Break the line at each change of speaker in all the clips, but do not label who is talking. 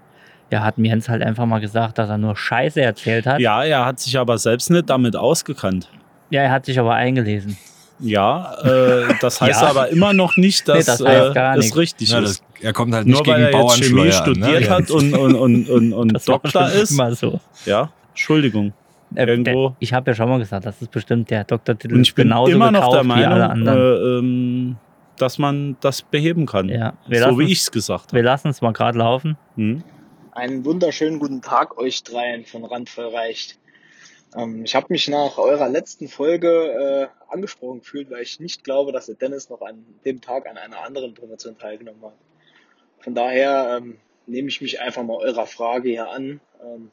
ja, hat mir Jens halt einfach mal gesagt, dass er nur Scheiße erzählt hat.
Ja, er hat sich aber selbst nicht damit ausgekannt.
ja er hat sich aber eingelesen.
Ja, äh, das heißt
Ja.
aber immer noch nicht,
Nee,
dass
das heißt
äh,
gar
es
nichts.
richtig
Ja, das,
ist.
er kommt halt nicht
Nur weil
gegen
er jetzt Chemie
Bauernschläger an.
studiert
Ne?
hat und, und, und, und, und
Das war
Doktor
schon
ist.
Immer so.
Ja, Entschuldigung.
Äh,
Irgendwo.
Der, ich habe ja schon mal gesagt, das ist bestimmt der Doktortitel.
Und
ist
ich bin
genauso
immer noch
gekauft
der
wie alle
Meinung,
anderen.
äh, ähm, dass man das beheben kann.
ja, wir
äh, So
lassen,
wie ich es gesagt habe.
wir lassen es mal gerade laufen.
Hm?
Einen wunderschönen guten Tag euch dreien von Randvoll reicht. Ähm, ich habe mich nach eurer letzten Folge äh, angesprochen gefühlt, weil ich nicht glaube, dass der Dennis noch an dem Tag an einer anderen Promotion teilgenommen hat. Von daher ähm, nehme ich mich einfach mal eurer Frage hier an. Ähm,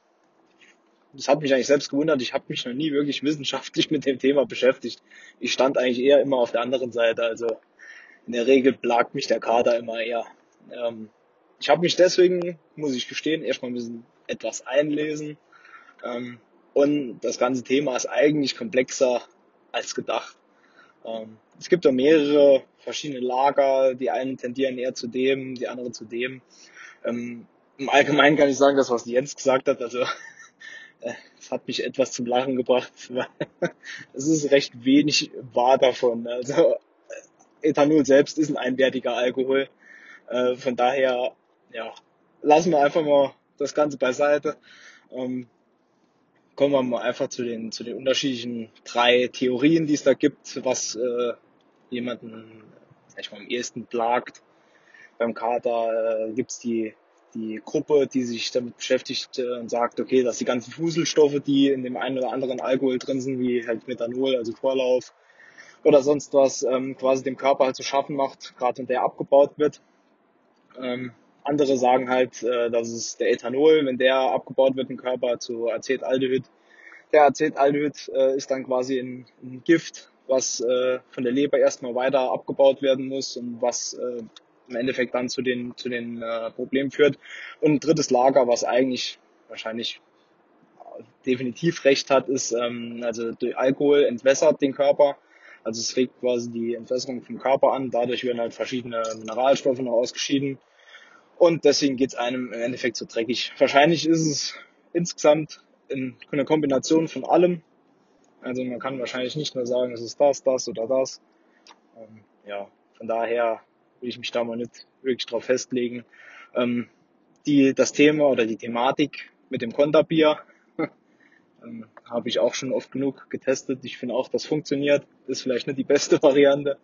das hat mich eigentlich selbst gewundert. Ich habe mich noch nie wirklich wissenschaftlich mit dem Thema beschäftigt. Ich stand eigentlich eher immer auf der anderen Seite. Also in der Regel plagt mich der Kater immer eher. Ähm, ich habe mich deswegen, muss ich gestehen, erstmal ein bisschen etwas einlesen. Ähm, und das ganze Thema ist eigentlich komplexer als gedacht. Ähm, es gibt da mehrere verschiedene Lager. Die einen tendieren eher zu dem, die anderen zu dem. Ähm, Im Allgemeinen kann ich sagen, das, was Jens gesagt hat, also äh, es hat mich etwas zum Lachen gebracht. weil es ist recht wenig wahr davon. Also äh, Ethanol selbst ist ein einwertiger Alkohol. Äh, von daher, ja, lassen wir einfach mal das Ganze beiseite. Ähm, kommen wir mal einfach zu den, zu den unterschiedlichen drei Theorien, die es da gibt, was äh, jemanden sag ich mal, am ehesten plagt. Beim Kater äh, gibt's die, die Gruppe, die sich damit beschäftigt äh, und sagt, okay, dass die ganzen Fuselstoffe, die in dem einen oder anderen Alkohol drin sind, wie halt Methanol, also Vorlauf oder sonst was, ähm, quasi dem Körper halt zu schaffen macht, gerade wenn der abgebaut wird. Ähm, andere sagen halt, äh, dass es der Ethanol, wenn der abgebaut wird im Körper zu Acetaldehyd, Der Acetaldehyd äh, ist dann quasi ein, ein Gift, was äh, von der Leber erstmal weiter abgebaut werden muss und was äh, im Endeffekt dann zu den, zu den äh, Problemen führt. Und ein drittes Lager, was eigentlich wahrscheinlich definitiv recht hat, ist, ähm, also durch Alkohol entwässert den Körper. Also es regt quasi die Entwässerung vom Körper an. Dadurch werden halt verschiedene Mineralstoffe noch ausgeschieden. Und deswegen geht's einem im Endeffekt so dreckig. Wahrscheinlich ist es insgesamt in, eine Kombination von allem. Also man kann wahrscheinlich nicht nur sagen, es ist das, das oder das. Ähm, ja, von daher will ich mich da mal nicht wirklich drauf festlegen. Ähm, die, das Thema oder die Thematik mit dem Konterbier ähm, habe ich auch schon oft genug getestet. Ich finde auch, das funktioniert. Ist vielleicht nicht die beste Variante.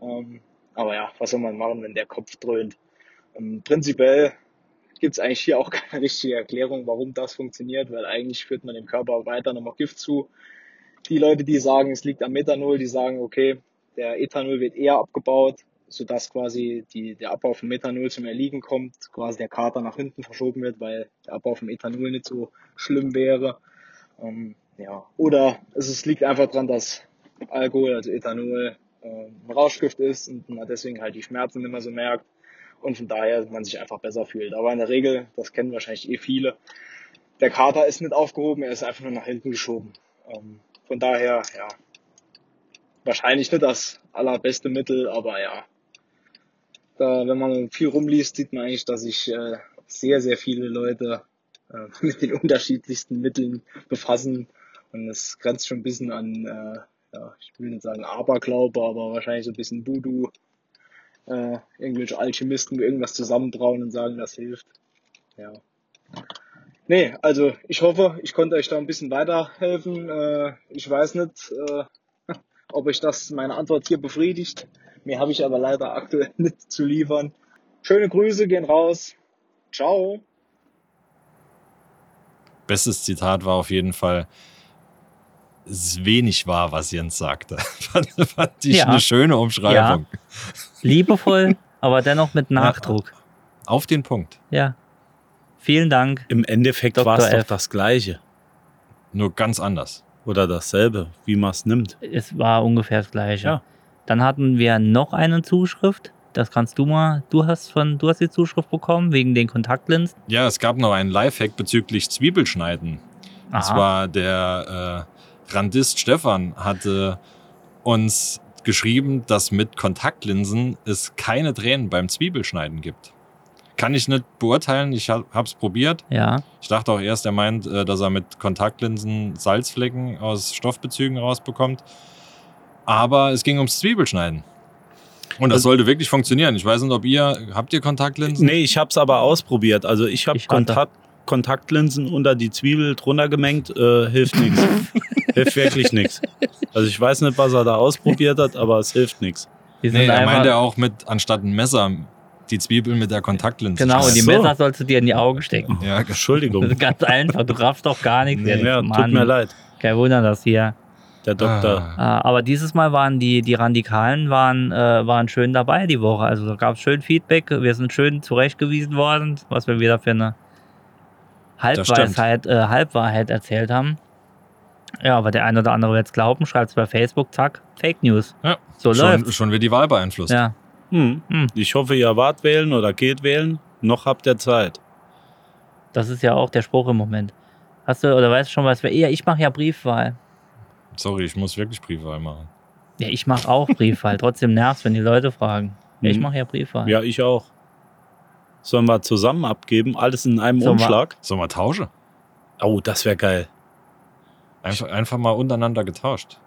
Ähm, aber ja, was soll man machen, wenn der Kopf dröhnt? Ähm, prinzipiell gibt es eigentlich hier auch keine richtige Erklärung, warum das funktioniert, weil eigentlich führt man dem Körper weiter nochmal Gift zu. Die Leute, die sagen, es liegt am Methanol, die sagen, okay, der Ethanol wird eher abgebaut, sodass quasi die, der Abbau von Methanol zum Erliegen kommt, quasi der Kater nach hinten verschoben wird, weil der Abbau von Ethanol nicht so schlimm wäre. Ähm, ja. Oder es ist, liegt einfach daran, dass Alkohol, also Ethanol, äh, ein Rauschgift ist und man deswegen halt die Schmerzen immer so merkt und von daher man sich einfach besser fühlt. Aber in der Regel, das kennen wahrscheinlich eh viele, der Kater ist nicht aufgehoben, er ist einfach nur nach hinten geschoben. Ähm, von daher, ja, wahrscheinlich nicht das allerbeste Mittel, aber ja, da, wenn man viel rumliest, sieht man eigentlich, dass sich äh, sehr, sehr viele Leute äh, mit den unterschiedlichsten Mitteln befassen und das grenzt schon ein bisschen an, äh, ja, ich will nicht sagen Aberglaube, aber wahrscheinlich so ein bisschen Voodoo äh, irgendwelche Alchemisten irgendwas zusammenbrauen und sagen, das hilft. Ja. Nee, also ich hoffe, ich konnte euch da ein bisschen weiterhelfen. Äh, ich weiß nicht, äh, ob euch das meine Antwort hier befriedigt. Mir habe ich aber leider aktuell nicht zu liefern. Schöne Grüße gehen raus. Ciao.
Bestes Zitat war auf jeden Fall, es wenig war, was Jens sagte. fand, fand ich
Ja.
eine schöne Umschreibung.
Liebevoll, aber dennoch mit Nachdruck.
Auf den Punkt.
Ja. Vielen Dank.
Im Endeffekt
Dr.
war es doch
F.
das Gleiche
Nur ganz anders.
oder dasselbe, wie man es nimmt.
Es war ungefähr das Gleiche.
Ja.
Dann hatten wir noch eine Zuschrift. Das kannst du mal. Du hast von, du hast die Zuschrift bekommen wegen den Kontaktlinsen.
Ja, es gab noch einen Lifehack bezüglich Zwiebelschneiden. Und
Aha.
zwar der äh, Randist Stefan hatte uns geschrieben, dass mit Kontaktlinsen es keine Tränen beim Zwiebelschneiden gibt. Kann ich nicht beurteilen, ich hab- hab's probiert.
Ja.
Ich dachte auch erst, er meint, äh, dass er mit Kontaktlinsen Salzflecken aus Stoffbezügen rausbekommt. Aber es ging ums Zwiebelschneiden. Und
Also
das sollte wirklich funktionieren. Ich weiß nicht, ob ihr, habt ihr Kontaktlinsen?
Nee, ich habe es aber ausprobiert. Also ich habe
Ich konnte.
Kontakt, Kontaktlinsen unter die Zwiebel drunter gemengt. Äh, hilft nichts. Hilft wirklich nichts. Also ich weiß nicht, was er da ausprobiert hat, aber es hilft nichts.
Wir sind
Nee, er
einfach-
meinte auch mit, anstatt ein Messer, die Zwiebel mit der Kontaktlinse.
Genau,
schneiden.
und die
Ach so.
Messer sollst du dir in die Augen stecken.
Ja,
Das
ge-
Entschuldigung.
ist ganz einfach, du raffst doch gar nichts. jetzt,
Ja, tut
Mann.
mir leid,
Kein Wunder, dass hier.
der Doktor.
Ah.
Äh, aber dieses Mal waren die, die Radikalen waren, äh, waren schön dabei die Woche. Also da gab es schön Feedback. Wir sind schön zurechtgewiesen worden, was wir wieder für eine Halbweisheit, äh, Halbwahrheit erzählt haben. Ja, aber der eine oder andere wird es glauben, schreibt es bei Facebook, zack, Fake News.
Ja,
So
schon,
läuft's.
schon wird die Wahl beeinflusst.
Ja.
Hm.
Hm.
Ich hoffe, ihr wart wählen oder geht wählen. Noch habt ihr Zeit.
Das ist ja auch der Spruch im Moment. Hast du, oder weißt du schon, was wir. Ja, ich mache ja Briefwahl.
Sorry, ich muss wirklich Briefwahl machen.
Ja, ich mache auch Briefwahl. Trotzdem nervt wenn die Leute fragen. Ja, ich
Mhm.
mache ja Briefwahl.
Ja, ich auch. Sollen wir zusammen abgeben? Alles in einem
Sollen wir-
Umschlag?
Sollen wir tauschen?
Oh, das wäre geil.
Einfach, einfach mal untereinander getauscht.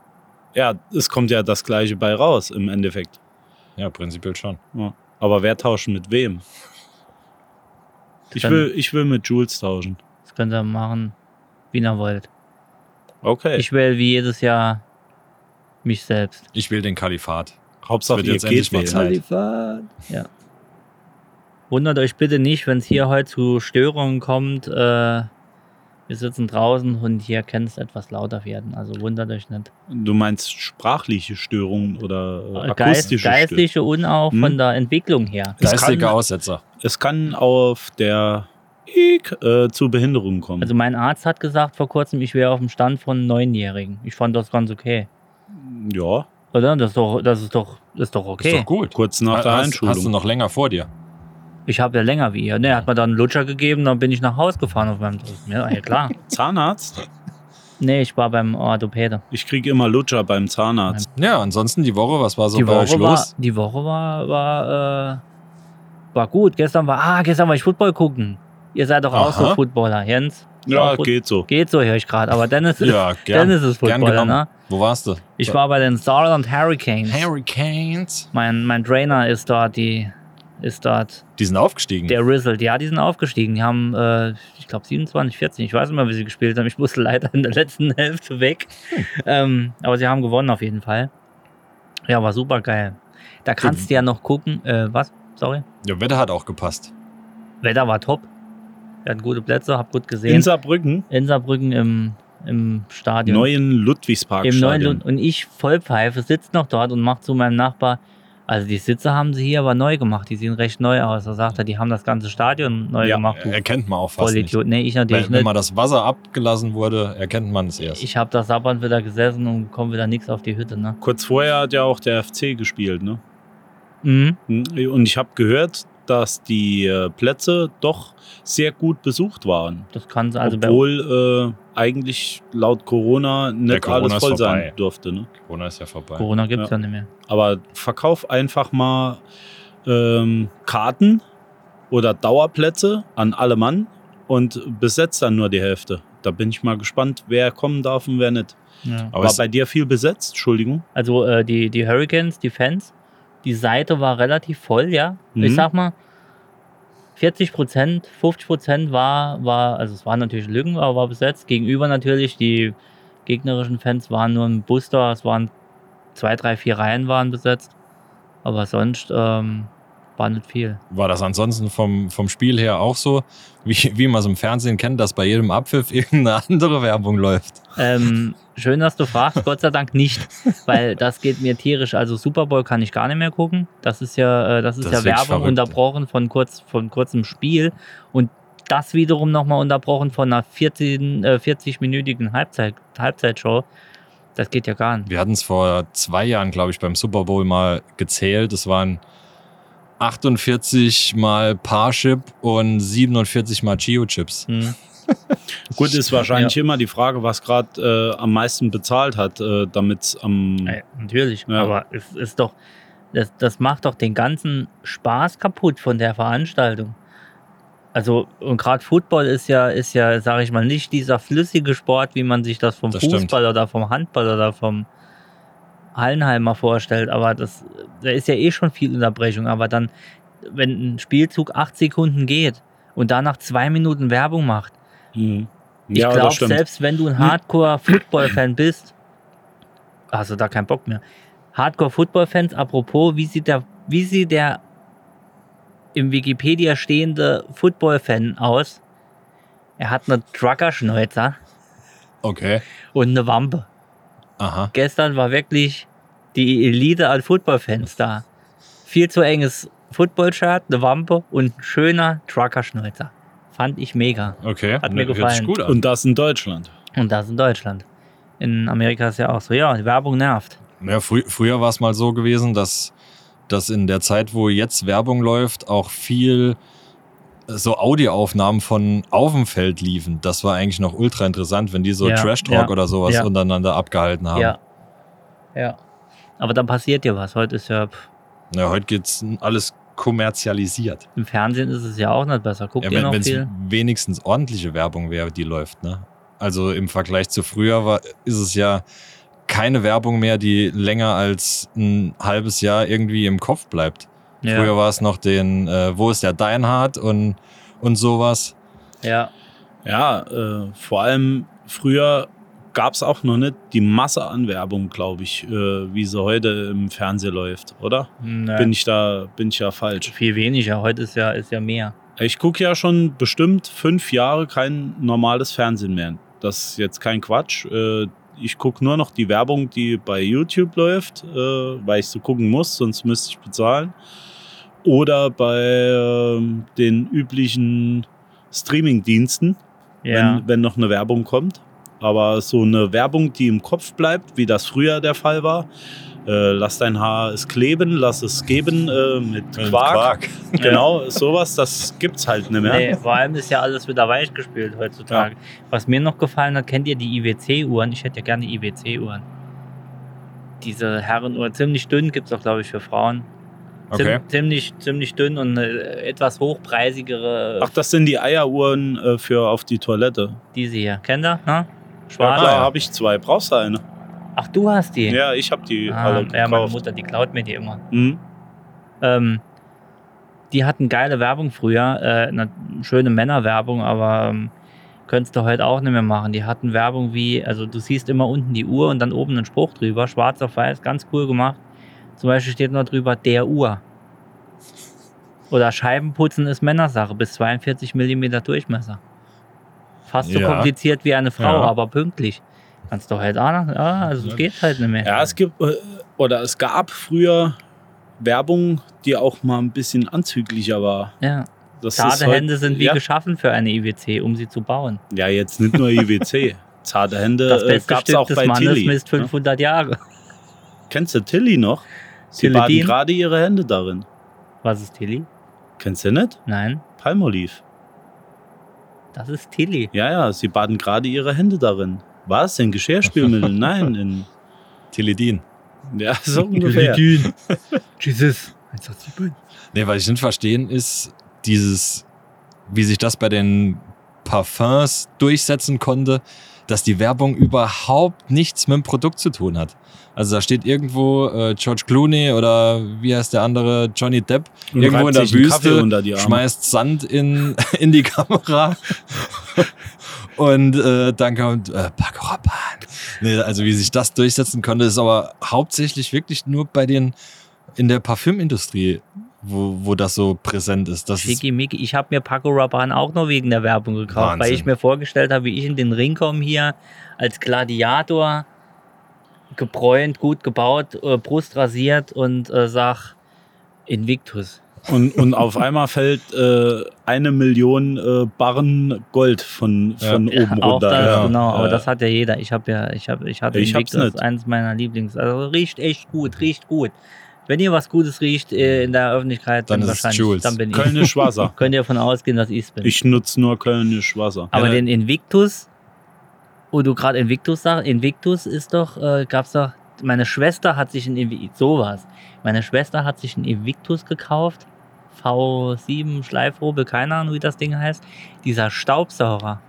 Ja, es kommt ja das Gleiche bei raus im Endeffekt.
Ja, prinzipiell schon.
Ja. Aber wer tauschen mit wem? Ich
Dann-
will, ich will mit Jules tauschen.
Das könnt ihr machen, wie ihr wollt.
Okay.
Ich wähle wie jedes Jahr mich selbst.
Ich will den Kalifat.
Hauptsache,
Es
ihr
wird jetzt
geht
endlich mal
wählen. Also
Zeit.
Ja. Wundert euch bitte nicht, wenn es hier heute zu Störungen kommt. Äh, wir sitzen draußen und hier kann es etwas lauter werden. Also wundert euch nicht.
Du meinst sprachliche Störungen oder äh,
Geist,
akustische Störungen?
geistliche und auch
Hm?
von der Entwicklung her.
Es
Geistige
kann-
Aussetzer.
Es kann auf der ik, äh, zu Behinderungen kommen.
Also mein Arzt hat gesagt vor kurzem, ich wäre auf dem Stand von Neunjährigen. Ich fand das ganz okay.
ja,
Oder? Das ist doch, das ist doch, das ist doch okay.
Ist doch gut.
kurz nach der
hast,
Einschulung.
hast du noch länger vor dir.
Ich habe ja länger wie ihr. Ne, er hat mir dann einen Lutscher gegeben, dann bin ich nach Haus gefahren auf meinem Drücken. Ja, ja, klar.
Zahnarzt?
nee, ich war beim Orthopäde.
Ich kriege immer Lutscher beim Zahnarzt.
Ja, ansonsten die Woche, was war so
die,
Also bei euch
Woche war,
los?
die Woche war, war, äh, war gut. Gestern war, ah, gestern war ich Football gucken. Ihr seid doch auch
Aha.
so Footballer, Jens. Ist
Ja,
auch gut.
geht so.
Geht so, höre ich gerade. Aber Dennis ist,
Ja, gern.
Dennis ist
gern
Footballer,
genommen.
ne?
Wo warst du?
Ich war bei den Starland Hurricanes.
Hurricanes.
Mein, mein Trainer ist dort, die ist dort
Die sind aufgestiegen.
der Rizzled. Ja, die sind aufgestiegen. Die haben, äh, ich glaube, 27, 14. Ich weiß nicht mehr, wie sie gespielt haben. Ich musste leider in der letzten Hälfte weg. Ähm, aber sie haben gewonnen auf jeden Fall. Ja, war super geil. Da kannst du ja noch gucken. Äh, was? Sorry.
ja, Wetter hat auch gepasst.
Wetter war top. Wir hatten gute Plätze, hab gut gesehen.
In Saarbrücken,
in Saarbrücken im, im Stadion.
neuen Ludwigspark.
Im neuen Lund. Und ich, Vollpfeife, sitzt noch dort und macht zu meinem Nachbar. Also die Sitze haben sie hier aber neu gemacht. Die sehen recht neu aus. Da sagt er, die haben das ganze Stadion neu
Ja,
gemacht. Du
Erkennt man auch fast nicht.
Vollidiot. Nee, ich natürlich
Wenn, wenn mal
nicht.
das Wasser abgelassen wurde, erkennt man es erst.
Ich habe da sabbernd wieder gesessen und bekomme wieder nichts auf die Hütte. Ne?
Kurz vorher hat ja auch der FC gespielt, ne?
Mhm.
Und ich habe gehört, dass die äh, Plätze doch sehr gut besucht waren.
Das kann sie also bei
obwohl äh, eigentlich laut Corona
Der
nicht
Corona
alles
ist
voll
vorbei.
sein durfte. Ne?
Corona ist ja vorbei.
Corona gibt es ja.
Ja.
nicht mehr.
Aber verkauf einfach mal ähm, Karten oder Dauerplätze an alle Mann und besetzt dann nur die Hälfte. Da bin ich mal gespannt, wer kommen darf und wer nicht.
Ja.
Aber
War
es,
bei dir viel besetzt? Entschuldigung.
Also äh, die, die Hurricanes, die Fans, die Seite war relativ voll, ja.
Mhm.
Ich sag mal, 40 Prozent, 50 Prozent war, war, also es waren natürlich Lücken, aber war besetzt. Gegenüber natürlich, die gegnerischen Fans waren nur ein Booster, es waren zwei, drei, vier Reihen waren besetzt. Aber sonst ähm, war nicht viel.
war das ansonsten vom, vom Spiel her auch so, wie, wie man es im Fernsehen kennt, dass bei jedem Abpfiff irgendeine andere Werbung läuft.
Ähm, schön, dass du fragst. Gott sei Dank nicht, weil das geht mir tierisch. Also Super Bowl kann ich gar nicht mehr gucken. Das ist ja, äh, das ist
Das
ja
ist wirklich
Werbung
verrückt.
unterbrochen von kurz von kurzem Spiel und das wiederum nochmal unterbrochen von einer 14, äh, 40-minütigen Halbzeit, Halbzeitshow. Das geht ja gar nicht.
Wir hatten es vor zwei Jahren, glaube ich, beim Super Bowl mal gezählt. Es waren 48 mal Parship und 47 mal Chio-Chips.
Hm.
Gut, ist wahrscheinlich immer die Frage, was gerade äh, am meisten bezahlt hat, äh, damit es am.
Hm.
Ey, natürlich,
Ja.
aber es ist doch, das, das macht doch den ganzen Spaß kaputt von der Veranstaltung. Also, und gerade Football ist ja, ist ja, sage ich mal, nicht dieser flüssige Sport, wie man sich das vom
Das
Fußball
stimmt.
oder vom Handball oder vom Hallenheimer vorstellt. Aber das, da ist ja eh schon viel Unterbrechung. Aber dann, wenn ein Spielzug acht Sekunden geht und danach zwei Minuten Werbung macht,
Mhm.
ich glaube, selbst wenn du ein Hardcore-Football-Fan bist, hast du da keinen Bock mehr. Hardcore-Football-Fans, apropos, wie sieht der, wie sieht der im Wikipedia stehende Football-Fan aus? Er hat eine Truckerschnäuzer
Okay.
und eine Wampe.
Aha.
Gestern war wirklich die Elite an Football-Fans da. Viel zu enges Football-Shirt, eine Wampe und ein schöner Truckerschnäuzer. Fand ich mega.
Okay.
Hat mir
Hört
gefallen.
Sich gut an.
Und das in Deutschland.
Und das in Deutschland. In Amerika ist ja auch so, ja, die Werbung nervt.
Ja, frü früher war es mal so gewesen, dass, dass in der Zeit, wo jetzt Werbung läuft, auch viel äh, so Audioaufnahmen von auf dem Feld liefen. Das war eigentlich noch ultra interessant, wenn die so
Ja,
Trash-Talk
ja,
oder sowas
ja.
untereinander abgehalten haben.
Ja.
Ja.
Ja. Aber dann passiert ja was. Heute ist ja, pff,
Na, heute geht's alles kommerzialisiert.
im Fernsehen ist es ja auch nicht besser. Guckt
Ja,
ihr noch
wenn es
viel?
wenigstens ordentliche Werbung wäre, die läuft. Ne? Also im Vergleich zu früher war, ist es ja keine Werbung mehr, die länger als ein halbes Jahr irgendwie im Kopf bleibt. Früher
Ja.
war es noch den, äh, wo ist der Deinhard und, und sowas.
ja.
Ja, äh, vor allem früher gab es auch noch nicht die Masse an Werbung, glaube ich, äh, wie sie heute im Fernsehen läuft, oder?
Nö.
Bin ich da, bin ich ja falsch.
viel weniger. Heute ist ja, ist ja mehr.
Ich gucke ja schon bestimmt fünf Jahre kein normales Fernsehen mehr. Das ist jetzt kein Quatsch. Äh, ich gucke nur noch die Werbung, die bei YouTube läuft, äh, weil ich so gucken muss, sonst müsste ich bezahlen. Oder bei ähm, den üblichen Streamingdiensten,
Ja.
wenn, wenn noch eine Werbung kommt. Aber so eine Werbung, die im Kopf bleibt, wie das früher der Fall war. Äh, lass dein Haar es kleben, lass es geben äh, mit Quark. Genau, sowas, das gibt's halt nicht mehr.
Nee, vor allem ist ja alles wieder weichgespült heutzutage. Was mir noch gefallen hat, kennt ihr die IWC-Uhren? Ich hätte ja gerne IWC-Uhren. Diese Herrenuhr, ziemlich dünn, gibt es auch, glaube ich, für Frauen. Ziem-
Okay.
Ziemlich, ziemlich dünn und eine etwas hochpreisigere,
Ach, das sind die Eieruhren äh, für auf die Toilette.
diese hier. Kennt ihr? Ne?
Ja,
Schwarz.
klar, habe ich zwei. Brauchst du eine?
Ach, du hast die?
Ja, ich habe die
ah,
alle
ja meine
gekauft.
Mutter, die klaut mir die immer.
Mhm.
Ähm, die hatten geile Werbung früher, äh, na, schöne Männerwerbung, aber ähm, könntest du heute auch nicht mehr machen. Die hatten Werbung wie, also du siehst immer unten die Uhr und dann oben einen Spruch drüber, schwarz auf weiß, ganz cool gemacht. Zum Beispiel steht noch drüber der Uhr. Oder Scheibenputzen ist Männersache, bis 42 mm Durchmesser. Fast so
Ja.
kompliziert wie eine Frau,
Ja.
aber pünktlich. Kannst du halt auch noch, ja, also es geht halt nicht mehr.
Ja, es gibt äh, oder es gab früher Werbung, die auch mal ein bisschen anzüglicher war.
ja.
Das
Zarte
heut-
Hände sind wie
ja,
geschaffen für eine IWC, um sie zu bauen.
ja, jetzt nicht nur IWC. Zarte Hände
Das
äh,
beste
gab's
Stück
auch
des
bei
Mannes
Tilly.
misst
ne?
500 Jahre.
Kennst du Tilly noch? Sie
Tilly
baden
Dean?
gerade ihre Hände darin.
Was ist Tilly?
Kennst du nicht?
Nein,
Palmolive.
das ist Tilly.
Ja, ja, sie baden gerade ihre Hände darin. Was? In Geschirrspülmittel? Nein, in.
Teledin.
Ja, so ungefähr.
Jesus.
Nee, was ich nicht verstehen ist, dieses, wie sich das bei den Parfums durchsetzen konnte, dass die Werbung überhaupt nichts mit dem Produkt zu tun hat. Also da steht irgendwo äh, George Clooney oder wie heißt der andere, Johnny Depp,
Und
irgendwo in
reibt
der
sich einen Kaffee
Wüste,
unter die Arme.
schmeißt Sand in, in die Kamera und äh, dann kommt äh, Paco Rabanne. Nee, also wie sich das durchsetzen konnte, ist aber hauptsächlich wirklich nur bei den, in der Parfümindustrie, wo, wo das so präsent ist. Das ist
Schickimicki. Ich habe mir Paco Rabanne auch nur wegen der Werbung gekauft, weil
Wahnsinn.
ich mir vorgestellt habe, wie ich in den Ring komme hier als Gladiator, gebräunt, gut gebaut, äh, Brust rasiert und äh, sag Invictus.
Und, und auf einmal fällt äh, eine Million äh, Barren Gold von, von
Ja,
oben
auch
runter.
das,
ja.
genau, aber
Äh,
das hat ja jeder. Ich habe ja, ich habe, ich hatte
Ich hab's
Invictus,
nicht.
eins meiner Lieblings. Also riecht echt gut, riecht gut. Wenn ihr was Gutes riecht äh, in der Öffentlichkeit,
Dann
dann,
ist es
wahrscheinlich,
Jules.
dann bin ich.
Kölnisch Wasser.
Könnt ihr davon ausgehen, dass ich's bin.
Ich äh, nutze nur Kölnisch Wasser.
aber
Ja.
den Invictus, wo du gerade Invictus sagst, Invictus ist doch, äh, gab's doch. Meine Schwester hat sich ein Invictus, sowas. Meine Schwester hat sich ein Invictus gekauft. V7 Schleifhobel, keine Ahnung, wie das Ding heißt. Dieser Staubsauger.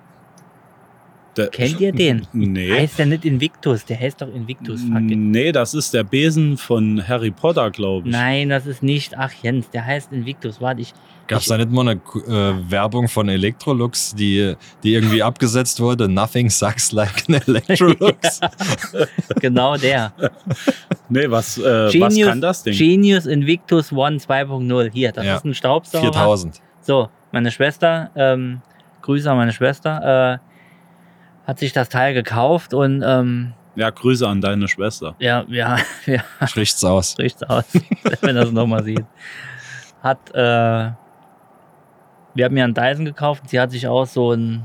Der-
Kennt ihr den?
Nee.
Heißt der nicht Invictus? Der heißt doch Invictus. Fuck it.
Nee, das ist der Besen von Harry Potter, glaube ich.
Nein, das ist nicht. Ach Jens, der heißt Invictus. Warte, ich.
Gab es da nicht mal eine äh, Werbung von Electrolux, die, die irgendwie abgesetzt wurde? Nothing sucks like an Electrolux.
Genau der.
Nee, was, äh, was kann das Ding?
Genius Invictus One 2.0. Hier, das
Ja.
ist ein Staubsauger.
4000.
So, meine Schwester, ähm, Grüße an meine Schwester, äh, hat sich das Teil gekauft und ähm,
Ja, Grüße an deine Schwester.
ja, ja, ja,
Spricht's aus.
spricht's aus, wenn das nochmal sieht. Hat, äh, wir haben ja einen Dyson gekauft und sie hat sich auch so einen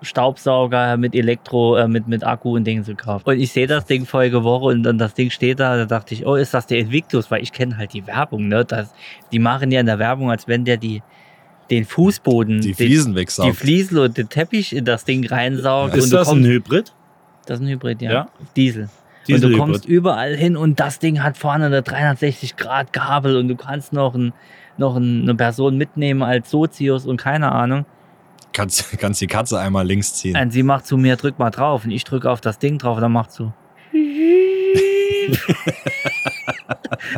Handstaubsauger mit Elektro, äh, mit, mit Akku und Dings gekauft. Und ich sehe das Ding vorige Woche und dann das Ding steht da, da dachte ich, oh, ist das der Invictus? Weil ich kenne halt die Werbung, ne? Das, die machen ja in der Werbung, als wenn der die, den Fußboden,
Die
den,
Fliesen
die
wegsaugt.
Fliesel und den Teppich in das Ding reinsaugt.
Ist
und du
das ein
kommst-
Hybrid?
das ist ein Hybrid, ja.
Ja.
Diesel. Und du
Dieselhybrid.
kommst überall hin und das Ding hat vorne eine 360 Grad Kabel und du kannst noch, ein, noch ein, eine Person mitnehmen als Sozius und keine Ahnung.
Kannst, kannst die Katze einmal links ziehen.
Und sie macht zu mir, drück mal drauf und ich drücke auf das Ding drauf und dann macht so.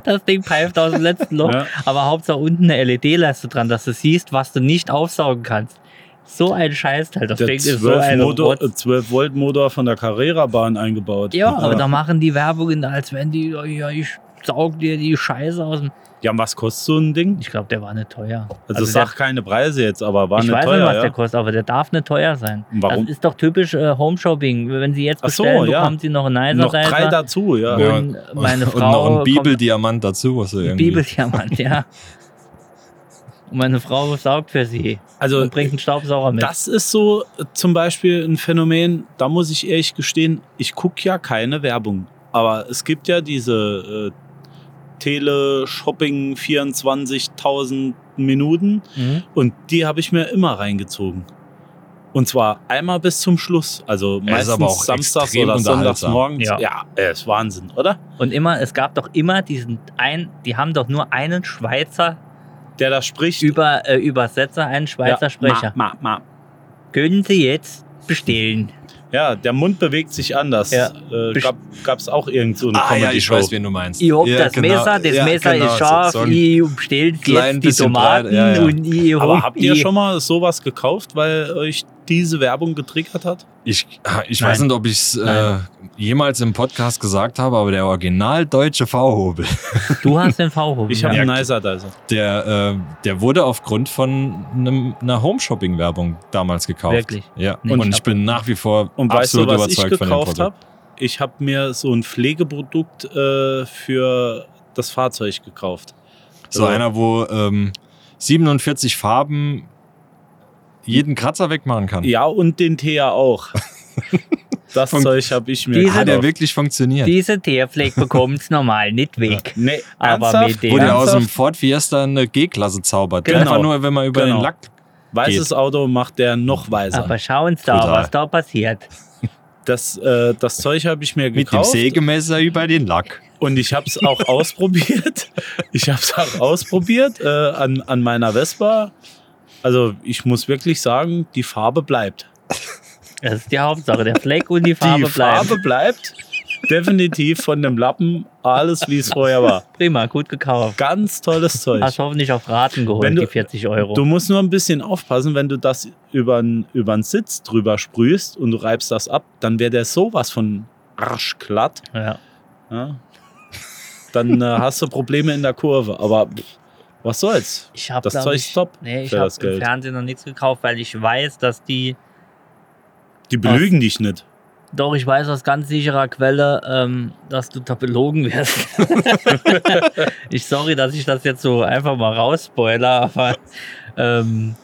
das Ding pfeift aus dem letzten Loch,
Ja.
aber Hauptsache unten eine LED-Leiste dran, dass du siehst, was du nicht aufsaugen kannst. So ein Scheißteil. Das
Der
Ding ist so ein
12-Motor-
Rotz.
äh, 12-Volt-Motor von der Carrera-Bahn eingebaut.
Ja, aber da machen die Werbung, als wenn die, oh ja, ich saug dir die Scheiße aus dem.
Ja, und was kostet so ein Ding?
Ich glaube, der war nicht teuer.
Also,
der,
sag keine Preise jetzt, aber war
ich
nicht
weiß
teuer.
nicht, was
ja?
der kostet, aber der darf nicht teuer sein.
Warum?
Das ist doch typisch äh, Homeshopping. Wenn sie jetzt
Ach so,
bestellen,
ja.
bekommt sie noch einen
Noch drei
Eiserseiter
dazu, ja.
Ja. Und meine
und noch
Frau
ein Bibeldiamant dazu. Was du irgendwie
Bibeldiamant, ja. Und meine Frau saugt für sie
Also
und bringt einen Staubsauger mit.
Das ist so äh, zum Beispiel ein Phänomen, da muss ich ehrlich gestehen, ich gucke ja keine Werbung. Aber es gibt ja diese äh, Tele-Shopping 24.000 Minuten
Mhm.
und die habe ich mir immer reingezogen. Und zwar einmal bis zum Schluss. Also
Er ist aber
meistens
auch
samstags
extrem
oder sonntags
unterhaltsam.
morgens.
Ja.
Ja, äh, ist Wahnsinn, oder?
Und immer, es gab doch immer diesen ein, die haben doch nur einen Schweizer
Der da spricht.
über, äh, Übersetzer, einen Schweizer
ja,
Sprecher.
Ma, ma, ma.
Können Sie jetzt bestellen?
Ja, der Mund bewegt sich anders.
Ja.
Äh,
Best-
gab es auch irgend so eine
Ah ja, ich
Comedy-Show.
weiß, wen du meinst.
Ich hab
ja,
das
genau.
Messer, das
Ja,
Messer
genau,
ist scharf,
so ein-
ich bestell
klein
jetzt die
bisschen
Tomaten
breit, ja, ja.
und ich
Aber
hab-
habt ihr
ich-
schon mal sowas gekauft, weil euch diese Werbung getriggert hat?
Ich, ah, ich
Nein.
weiß nicht, ob ich es äh,
Nein.
jemals im Podcast gesagt habe, aber der original deutsche V-Hobel,
Du hast den V-Hobel.
Ich habe
ja.
einen Nicer Dicer.
der, äh, der wurde aufgrund von einem, einer Homeshopping-Werbung damals gekauft.
Wirklich?
Ja.
Nee,
und
ich
ich bin nach wie vor
Und weißt du,
absolut
was ich
überzeugt von dem
gekauft
Produkt.
habe? Ich habe mir so ein Pflegeprodukt äh, für das Fahrzeug gekauft.
So
Also,
einer, wo ähm, 47 Farben jeden Kratzer wegmachen kann.
Ja, und den Thea auch. das Zeug habe ich mir
Diese-
Hat er
gekauft.
wirklich funktioniert?
Diese Teerfleck bekommt's normal nicht weg.
Nee,
Aber
ernsthaft?
mit dem-
Wo der aus
Ernsthaft?
dem Ford Fiesta eine G-Klasse zaubert.
Genau.
Einfach nur, wenn man über
Genau.
den Lack.
Weißes Auto macht der noch weiser.
Aber schau uns da,
Brutal.
was da passiert.
das, äh, das Zeug habe ich mir
Mit
gekauft.
dem Sägemesser über den Lack.
Und ich habe es auch ausprobiert. Ich habe es auch ausprobiert äh, an, an meiner Vespa. Also ich muss wirklich sagen, die Farbe bleibt.
Das ist die Hauptsache. Der Fleck und die Farbe
die
bleiben.
Farbe bleibt definitiv von dem Lappen alles, wie es vorher war.
Prima, gut gekauft.
Ganz tolles Zeug.
Hast hoffentlich auf Raten geholt,
Wenn du-
die 40 Euro.
Du musst nur ein bisschen aufpassen, wenn du das über den Sitz drüber sprühst und du reibst das ab, dann wäre der sowas von arschglatt.
ja.
Ja? Dann äh, hast du Probleme in der Kurve. Aber pff, was soll's?
Ich hab,
Das
glaub
Zeug
ich,
ist top
Nee, ich
für
habe
das
im
Geld.
Fernsehen noch nichts gekauft, weil ich weiß, dass die.
Die belügen dich nicht.
Doch, ich weiß aus ganz sicherer Quelle, ähm, dass du da belogen wirst. ich sorry, dass ich das jetzt so einfach mal rausspoiler, aber ähm,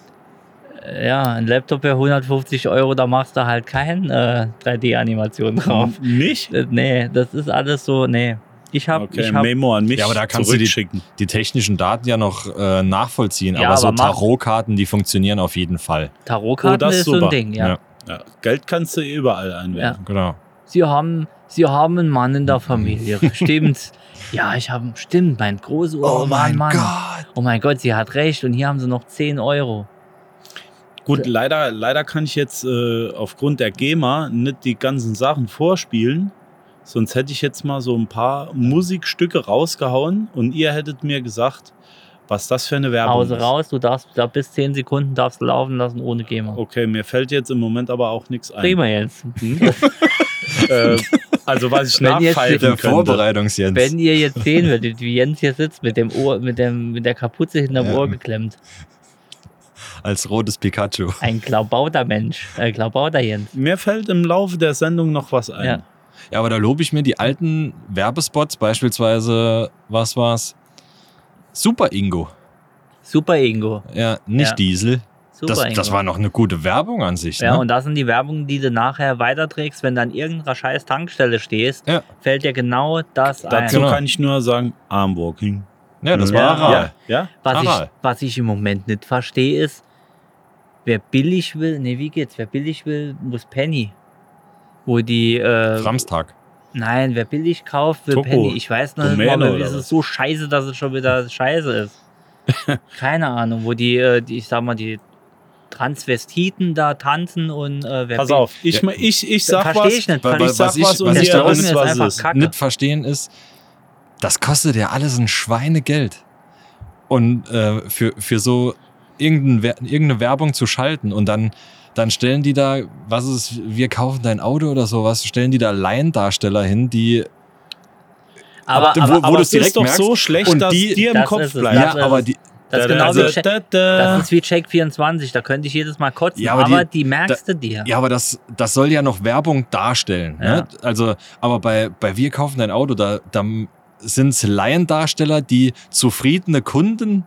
äh, ja, ein Laptop für 150 Euro, da machst du halt kein äh, 3D-Animation drauf.
Mich?
Äh, Nee, das ist alles so, nee. Ich habe,
Okay,
ich hab,
Memo an mich.
Ja, aber da kannst du die-
zurückschicken.
Die technischen Daten ja noch äh, nachvollziehen,
Ja,
aber so
aber mach-
Tarotkarten, die funktionieren auf jeden Fall.
Oh,
Tarotkarten
das
ist
ist
so ein
super.
Ding, ja.
Ja.
Ja, Geld kannst du überall einwerfen.
Genau.
Sie haben, Sie haben einen Mann
Mhm.
in der Familie, stimmt. Ja, ich habe, stimmt, mein Großohr, Oh
Oh
Mann.
Gott.
Oh mein Gott, sie hat recht und hier haben sie noch 10 Euro.
Gut, leider, leider kann ich jetzt äh, aufgrund der GEMA nicht die ganzen Sachen vorspielen. Sonst hätte ich jetzt mal so ein paar Musikstücke rausgehauen und ihr hättet mir gesagt, was das für eine Werbung
Hause
ist.
raus, du darfst da bis 10 Sekunden darfst du laufen lassen ohne GEMA.
Oh,
Okay, mir fällt jetzt im Moment aber auch nichts ein.
Prima jetzt.
Hm?
Äh, also was ich
Wenn jetzt
nachpfeifen
Der
könnte.
Vorbereitungsjens.
Wenn ihr jetzt sehen würdet, wie Jens hier sitzt mit dem Ohr, mit dem, mit der Kapuze hinterm
Ja.
Ohr geklemmt.
Als rotes Pikachu.
Ein Klaubauter Mensch. Äh, Klaubauter Jens.
Mir fällt im Laufe der Sendung noch was ein.
Ja.
Ja, aber da lobe ich mir die alten Werbespots, beispielsweise, was war's? Super Ingo.
Super Ingo.
Ja, nicht
Ja.
Diesel.
Super
Das,
Ingo.
das war noch eine gute Werbung an sich.
ja,
ne?
und das sind die Werbungen, die du nachher weiterträgst, wenn du an irgendeiner scheiß Tankstelle stehst,
Ja.
fällt dir genau das ein.
Dazu
Genau.
kann ich nur sagen, Armwalking.
ja das
Ja.
war Aral.
Ja, ja.
Was ich,
Aral.
was ich im Moment nicht verstehe, ist, wer billig will, nee, wie geht's? Wer billig will, muss Penny. Wo die, äh,
Samstag.
nein, wer billig kauft, will
Toko.
Penny. Ich weiß noch nicht,
Domäne
warum
oder
es ist
was?
so scheiße, dass es schon wieder scheiße ist. Keine Ahnung, wo die, äh, die, ich sag mal, die Transvestiten da tanzen und äh, wer
Pass
bi-
auf, ich,
Ja.
ich, ich
Ver-
sag
versteh
was.
ich nicht.
Weil-
Ver-
weil-
Ich sag
was ich-
was und
was
ihr
ich da
wisst,
unten
ist
was
einfach
es ist.
kack. Kacke.
nicht verstehen ist, das kostet ja alles ein Schweinegeld. Und äh, für, für so irgendein, Wer- irgendeine Werbung zu schalten und dann, dann stellen die da, was ist, wir kaufen dein Auto oder sowas, stellen die da Laiendarsteller hin, die
aber,
Wo-
aber,
wo du
aber
es
es
direkt
ist doch
merkst.
so schlecht,
Und
dass
die-
dir im
Das
Kopf
ist es.
bleibt. genau
Ja,
ja, aber die,
das ist
Da, da,
genauso
da,
Check-
da,
das
da.
ist wie Check 24, da könnte ich jedes Mal kotzen,
Ja,
aber,
aber die-
die merkst du dir.
ja, aber das, das soll ja noch Werbung darstellen. Ne? Also, aber bei, bei wir kaufen dein Auto, da, da sind es Laiendarsteller, die zufriedene Kunden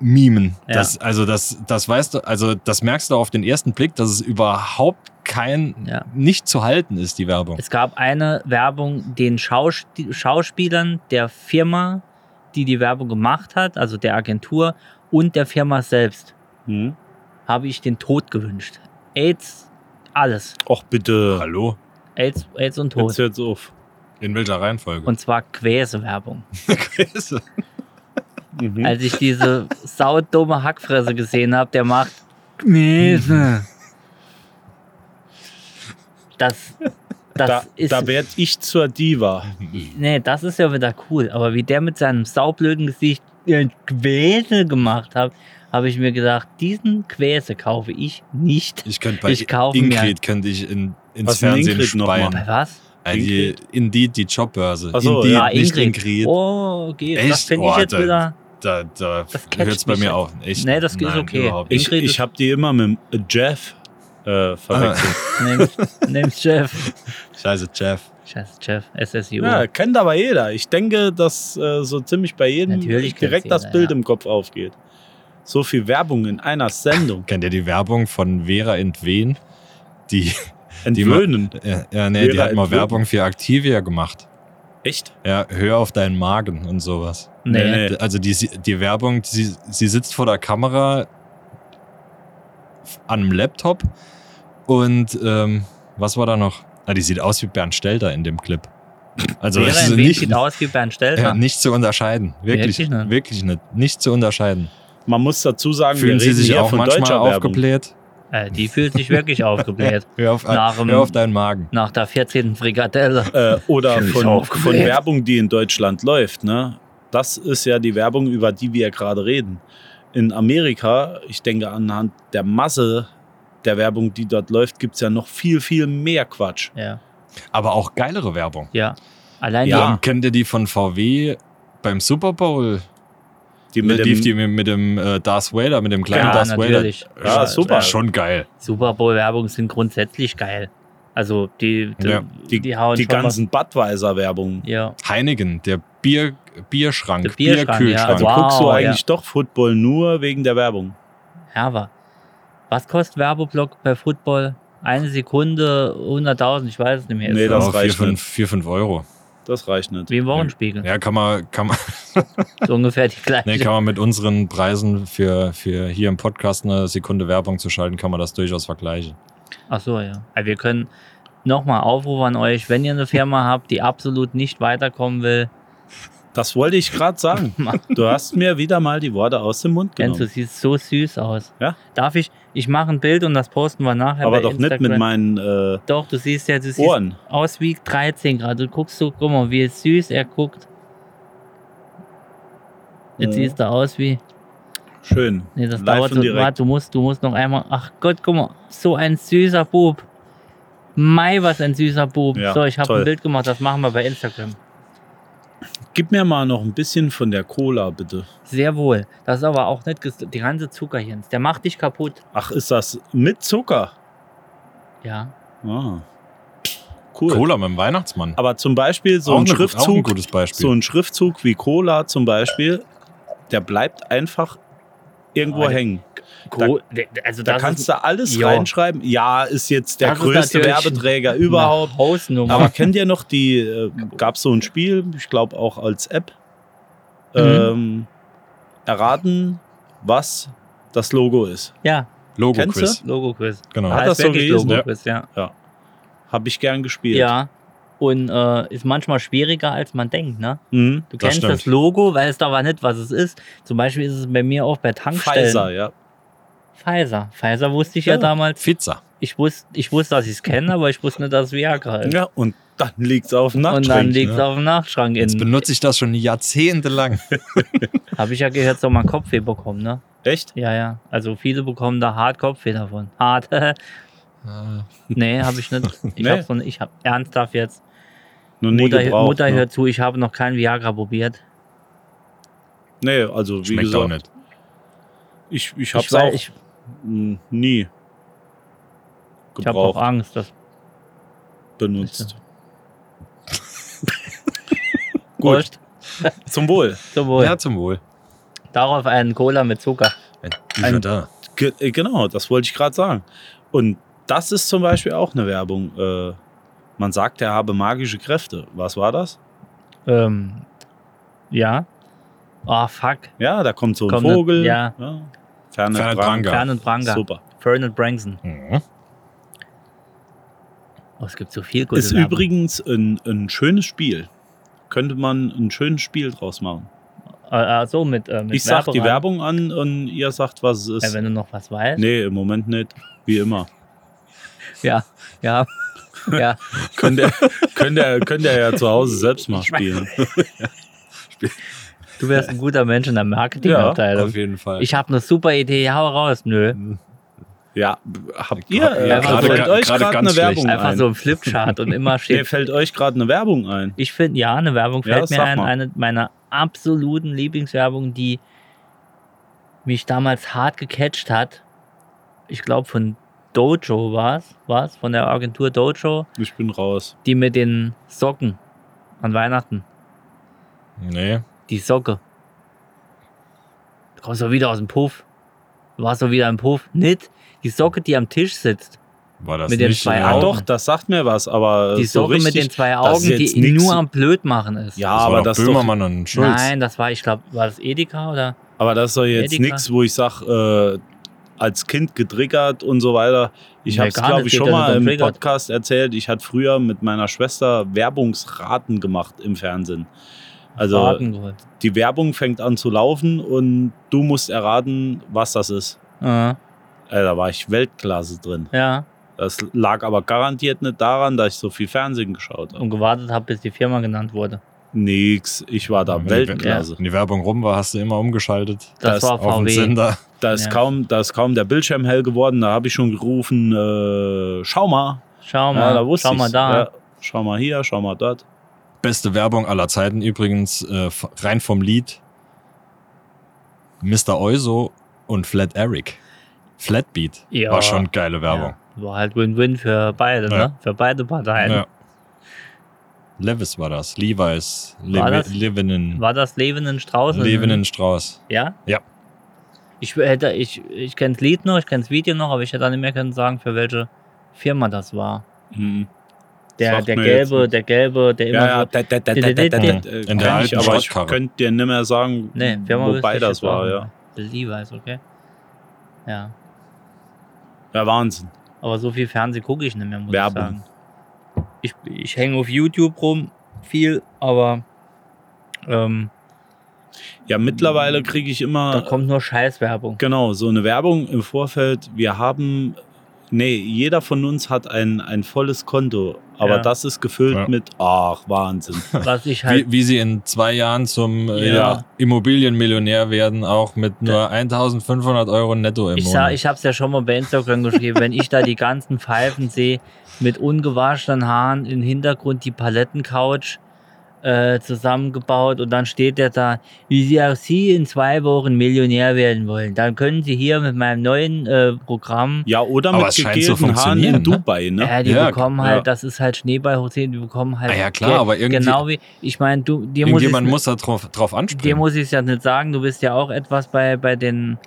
mimen.
Ja.
Das, also das, das weißt du, also das merkst du auf den ersten Blick, dass es überhaupt kein
Ja.
nicht zu halten ist, die Werbung.
Es gab eine Werbung den Schaus Schauspielern der Firma, die die Werbung gemacht hat, also der Agentur und der Firma selbst,
Hm?
habe ich den Tod gewünscht. AIDS, alles.
Och, bitte.
Hallo?
AIDS, AIDS und
Jetzt
Tod.
hört's auf.
In welcher Reihenfolge?
Und zwar Quäse-Werbung.
Mhm.
Als ich diese saudumme Hackfresse gesehen habe, der macht Quäse. Das, das
Da,
ist
da werd ich zur Diva.
Nee, das ist ja wieder cool. Aber wie der mit seinem saublöden Gesicht den Quäse gemacht hat, habe ich mir gedacht, diesen Quäse kaufe ich nicht.
ich könnte bei
Ich kaufe mir-
Ingrid könnte ich in, ins
Was ist denn
Fernsehen
Ingrid noch
speien.
Bei was?
Äh, die, Indeed, die Jobbörse.
Ach so,
Indeed,
ja,
nicht Ingrid.
Oh, okay. Das
Echt?
finde
Oh,
ich jetzt
Alter.
wieder.
Da, da
Das catcht
hört es bei
mich
mir
jetzt.
auf. Echt?
Nee, das ist
Nein,
okay.
überhaupt nicht.
Ich,
Ingrid ist-
ich habe die immer mit dem Jeff äh, verwechselt.
Nimm, nimm Jeff.
Scheiße, Jeff.
Scheiße, Jeff. SSU.
Ah. Ja, kennt aber jeder. Ich denke, dass äh, so ziemlich bei jedem
Natürlich
direkt
kennt's jeder,
das Bild
ja.
im Kopf aufgeht. So viel Werbung in einer Sendung.
Kennt ihr die Werbung von Vera Entwen? Die,
Entwöhnen.
ja, ja, nee, die
Vera
hat mal
Entwen.
Werbung für Activia gemacht.
Echt?
Ja, hör auf deinen Magen und sowas.
nee.
nee, nee.
Also die, die Werbung, sie, sie sitzt vor der Kamera an einem Laptop und ähm, was war da noch? Ah, die sieht aus wie Bernd Stelter in dem Clip. Also
Wäre
das ist
ein Weg
nicht,
sieht aus wie Bernd
ja,
Stelter.
Äh, nicht zu unterscheiden. Wirklich,
Wirklich ne? nicht?
wirklich nicht. Nicht zu unterscheiden.
Man muss dazu sagen,
Fühlen
wir
sie
reden
sich
hier
auch
von
manchmal
deutscher Werbung.
aufgebläht?
äh, die fühlt sich wirklich aufgebläht.
Hör auf, äh,
Nach dem-
hör auf deinen Magen.
Nach der 14. Frikadelle.
Äh, oder
Fühlen sich
von, von
aufgebläht.
Werbung, die in Deutschland läuft. Ne? Das ist ja die Werbung, über die wir gerade reden. In Amerika, ich denke anhand der Masse der Werbung, die dort läuft, gibt's ja noch viel, viel mehr Quatsch.
Ja.
Aber auch geilere Werbung.
ja. Allein
Ja.
Ähm, kennt ihr die von VW beim Super Bowl?
Die
Mit
dem-
dem, die mit, mit dem äh, Darth Vader, mit dem kleinen
Ja,
Darth
natürlich.
Vader.
Ja,
Schon-
super.
Schon geil.
Super Bowl-Werbung sind grundsätzlich geil. Also die, die,
Ja,
die, hauen
die
schon was-
ganzen Budweiser-Werbungen.
Ja.
Heineken, der Bier, Bierschrank,
Der Bierschrank, ja.
Bierkühlschrank.
Also
Wow,
guckst du
ja.
eigentlich doch Football nur wegen der Werbung.
Herber. Was kostet Werbeblock bei Football? Eine Sekunde 100.000, ich weiß es nicht mehr.
Nee,
Ist
das
so.
Ja, vier,
reicht
fünf, vier, fünf Euro.
Das reicht nicht.
Wie im Wochenspiegel.
Ja, kann man, kann man,
So ungefähr die gleiche.
nee, kann man mit unseren Preisen für, für hier im Podcast eine Sekunde Werbung zu schalten, kann man das durchaus vergleichen.
Ach so, ja. Also wir können nochmal Aufruf an euch, wenn ihr eine Firma habt, die absolut nicht weiterkommen will,
Das wollte ich gerade sagen. Du hast mir wieder mal die Worte aus dem Mund
Enzo,
genommen.
sieht so süß aus.
genau. Ja?
Darf ich, ich mache ein Bild und das posten wir nachher
Aber
bei
doch nicht mit
Instagram.
meinen äh,
Doch, du siehst ja, du siehst
Ohren.
aus wie 13 Grad. Du guckst so, guck mal, wie süß er guckt. Jetzt
Mhm.
siehst du aus wie.
Schön.
Nee, das
Live
dauert
und
so.
direkt.
Warte, du musst, du musst noch einmal. Ach Gott, guck mal, so ein süßer Bub. Mai, was ein süßer Bub.
Ja,
so, ich habe
toll.
ein Bild gemacht, das machen wir bei Instagram.
Gib mir mal noch ein bisschen von der Cola, bitte. Sehr
Sehr wohl. Das ist aber auch nicht ges- die ganze Zuckerjens. Der macht dich kaputt.
Ach, ist das mit Zucker?
Ja.
Ah. Cool.
Cola mit dem Weihnachtsmann.
Aber zum Beispiel so
auch
ein
eine- Auch ein
Schriftzug,
gutes Beispiel.
so ein Schriftzug wie Cola zum Beispiel, der bleibt einfach irgendwo
Ah, der-
hängen.
Cool. also
Da
das
kannst
ist,
du alles
Ja.
reinschreiben. Ja, ist jetzt der
Das ist
größte
natürlich
Werbeträger
eine
überhaupt.
Hausnummer.
Aber kennt ihr noch die, äh, gab so ein Spiel, ich glaube auch als App,
Mhm.
ähm, erraten, was das Logo ist.
ja,
Logo-Quiz.
Kennst
Logo-Quiz.
Genau.
Hat
Heißt
das so
wirklich
gewesen?
Logo-Quiz, ja.
Habe ich gern gespielt.
Ja. Und äh, ist manchmal schwieriger, als man denkt, ne?
Mhm.
Du
Das
kennst
stimmt.
das Logo, weißt aber nicht, was es ist. Zum Beispiel ist es bei mir auch bei Tankstellen.
Pfizer, ja.
Pfizer. Pfizer wusste ich ja,
Ja.
damals.
Pizza.
Ich wusste, ich wusste, dass ich es kenne, aber ich wusste nicht, dass es Viagra ist.
Ja, und dann liegt es auf dem ne?
Und dann
Nachtschrank.
liegt es auf dem Nachschrank
Jetzt
in.
benutze ich das schon jahrzehntelang.
Habe ich ja gehört, soll man Kopfweh bekommen, ne?
Echt?
Ja, ja. Also viele bekommen da hart Kopfweh davon. Hart.
Ah,
nee, habe ich nicht. Ich
Nee.
nee. hab's noch nicht. Ich hab ernsthaft jetzt.
Noch nie
Mutter,
gebraucht.
Mutter
ne?
hört zu, ich habe noch kein Viagra probiert.
Nee, also wie
Schmeckt auch
gesagt,
nicht.
ich, ich hab's
ich, weiß-
auch
ich,
mh, nie
ich habe auch
gebraucht,
Angst, dass
benutzt.
Gut.
Zum Wohl.
Zum Wohl.
Oh
Ja, zum Wohl.
Darauf einen Cola mit Zucker.
Ein
Ein-
da.
Ge äh, genau, das wollte ich gerade sagen. Und das ist zum Beispiel auch eine Werbung. Äh, man sagt, er habe magische Kräfte. Was war das?
Ähm, ja. Oh, fuck.
Ja, da kommt so ein
Kommt ne-
Vogel.
ja.
ja. Ferne
Ferne
Branca.
Ja.
Fern und Branga.
Super.
Fern und Branson.
Mhm.
Oh, es gibt so viel gute
Ist
Werbung.
übrigens ein, ein schönes Spiel. Könnte man ein schönes Spiel draus machen.
Äh, äh, so, mit, äh, mit
ich sag die
rein.
Werbung an und ihr sagt, was es
Ja,
ist.
wenn du noch was weißt.
nee, im Moment nicht. Wie immer.
Ja, ja. ja.
Könnt ihr, könnt ihr, könnt ihr ja zu Hause selbst mal spielen.
Du wärst ein guter Mensch in der Marketingabteilung.
Auf jeden Fall.
ich habe eine super Idee, hau raus. Nö.
Ja, b- habt ihr äh,
Ja,
gerade-
fällt euch
gerade
gerade
ganz
eine Werbung
Einfach
ein?
so ein Flipchart und immer
Nee,
steht.
fällt euch gerade eine Werbung ein?
Ich finde, ja, eine Werbung
Ja,
fällt mir
sag
ein.
mal.
Eine meiner absoluten Lieblingswerbungen, die mich damals hart gecatcht hat. Ich glaube, von Dojo war es, war's, von der Agentur Dojo,
Ich bin raus.
die mit den Socken an Weihnachten.
nee.
Die Socke. Du kommst doch wieder aus dem Puff. Du warst doch wieder im Puff. Nicht die Socke, die am Tisch sitzt.
War das
Mit den
nicht?
zwei
äh,
Ah,
Augen.
doch, das sagt mir was, aber
Die
so
Socke
richtig,
mit den zwei
das
Augen,
ist jetzt
die
nix.
nur am Blödmachen ist.
Ja,
Das war
aber
doch
das, ist doch,
Böhmermann und Schulz.
Nein, das war, ich glaube, war das Edeka oder?
aber das ist doch jetzt
Edeka.
nichts, wo ich sage, äh, als Kind getriggert und so weiter. Ich
Nee,
habe es,
gar
glaube
nicht,
ich,
geht
schon
ja nicht
mal
um
im
triggert.
Podcast erzählt. Ich hatte früher mit meiner Schwester Werbungsraten gemacht im Fernsehen. Also
Braten geholt.
die Werbung fängt an zu laufen und du musst erraten, was das ist.
Äh,
Äh, da war ich Weltklasse drin.
ja,
Das lag aber garantiert nicht daran, dass ich so viel Fernsehen geschaut habe.
und gewartet habe, bis die Firma genannt wurde.
Nix, ich war da
Wenn die-
Weltklasse.
Wenn die Werbung rum war, hast du immer umgeschaltet.
Das,
Das
war
Auf dem
VW.
Sender.
Da, ist
Ja.
kaum, da ist kaum der Bildschirm hell geworden, da habe ich schon gerufen, äh, schau mal.
Schau
ja,
mal,
da wusste
schau mal
ich's.
da.
Ja, schau mal hier, schau mal dort.
Beste Werbung aller Zeiten übrigens, äh, f- rein vom Lied. Mr. Euso und Flat Eric. Flatbeat
Ja.
war schon geile Werbung.
Ja, war halt Win-Win für beide,
Ja.
ne? Für beide Parteien.
Ja. Levis war das. Levi's.
War
Levi
das-
Livinen.
War das Levenen Strauß?
Levinen Strauß.
Ja?
Ja.
Ich hätte, ich, ich kenne das Lied noch, ich kenne das Video noch, aber ich hätte dann nicht mehr können sagen, für welche Firma das war.
Mhm.
Der,
Sagt
der
mir
gelbe,
jetzt
der gelbe, der immer
Ja, ja,
so.
da, da, da, da,
In
da,
der
da,
alten
da, ich, aber ich
Schrottkarre.
könnte dir nicht mehr sagen,
Nee, Firma wüsste
wobei
ich
das
jetzt
war,
auch
ja.
nicht. Levi's, okay. Ja.
Ja, Wahnsinn.
Aber so viel Fernsehen gucke ich nicht mehr, muss ich
Werbung.
sagen. Ich, ich hänge auf YouTube rum viel, aber ähm,
Ja, mittlerweile kriege ich
Mhm. da
immer
kommt nur Scheißwerbung.
Genau, so eine Werbung im Vorfeld. Wir haben, nee, jeder von uns hat ein, ein volles Konto, aber
Ja.
das ist gefüllt
Ja.
mit, ach, Wahnsinn.
Was ich halt
Wie, wie sie in zwei Jahren zum äh,
Ja.
Immobilienmillionär werden, auch mit nur 1500 Euro netto im
Ich, sag,
Monat.
ich habe es ja schon mal bei Instagram geschrieben, wenn ich da die ganzen Pfeifen sehe, mit ungewaschenen Haaren im Hintergrund die Palettencouch äh, zusammengebaut und dann steht der da, wie Sie auch Sie in zwei Wochen Millionär werden wollen, dann können Sie hier mit meinem neuen äh, Programm,
Ja, oder
Aber
mit
es scheint zu
gegelten Haaren
funktionieren,
in
ne?
Dubai, ne?
äh, die
Ja,
bekommen
ja.
halt, das ist halt Schneeball Hussein, die bekommen halt.
Ah ja, klar,
Geld.
aber irgendwie-
Genau wie, ich meine, du, dir muss
Irgendjemand
ich
muss da drauf, drauf
Dir
ansprechen.
muss ich es ja nicht sagen, du bist ja auch etwas bei, bei den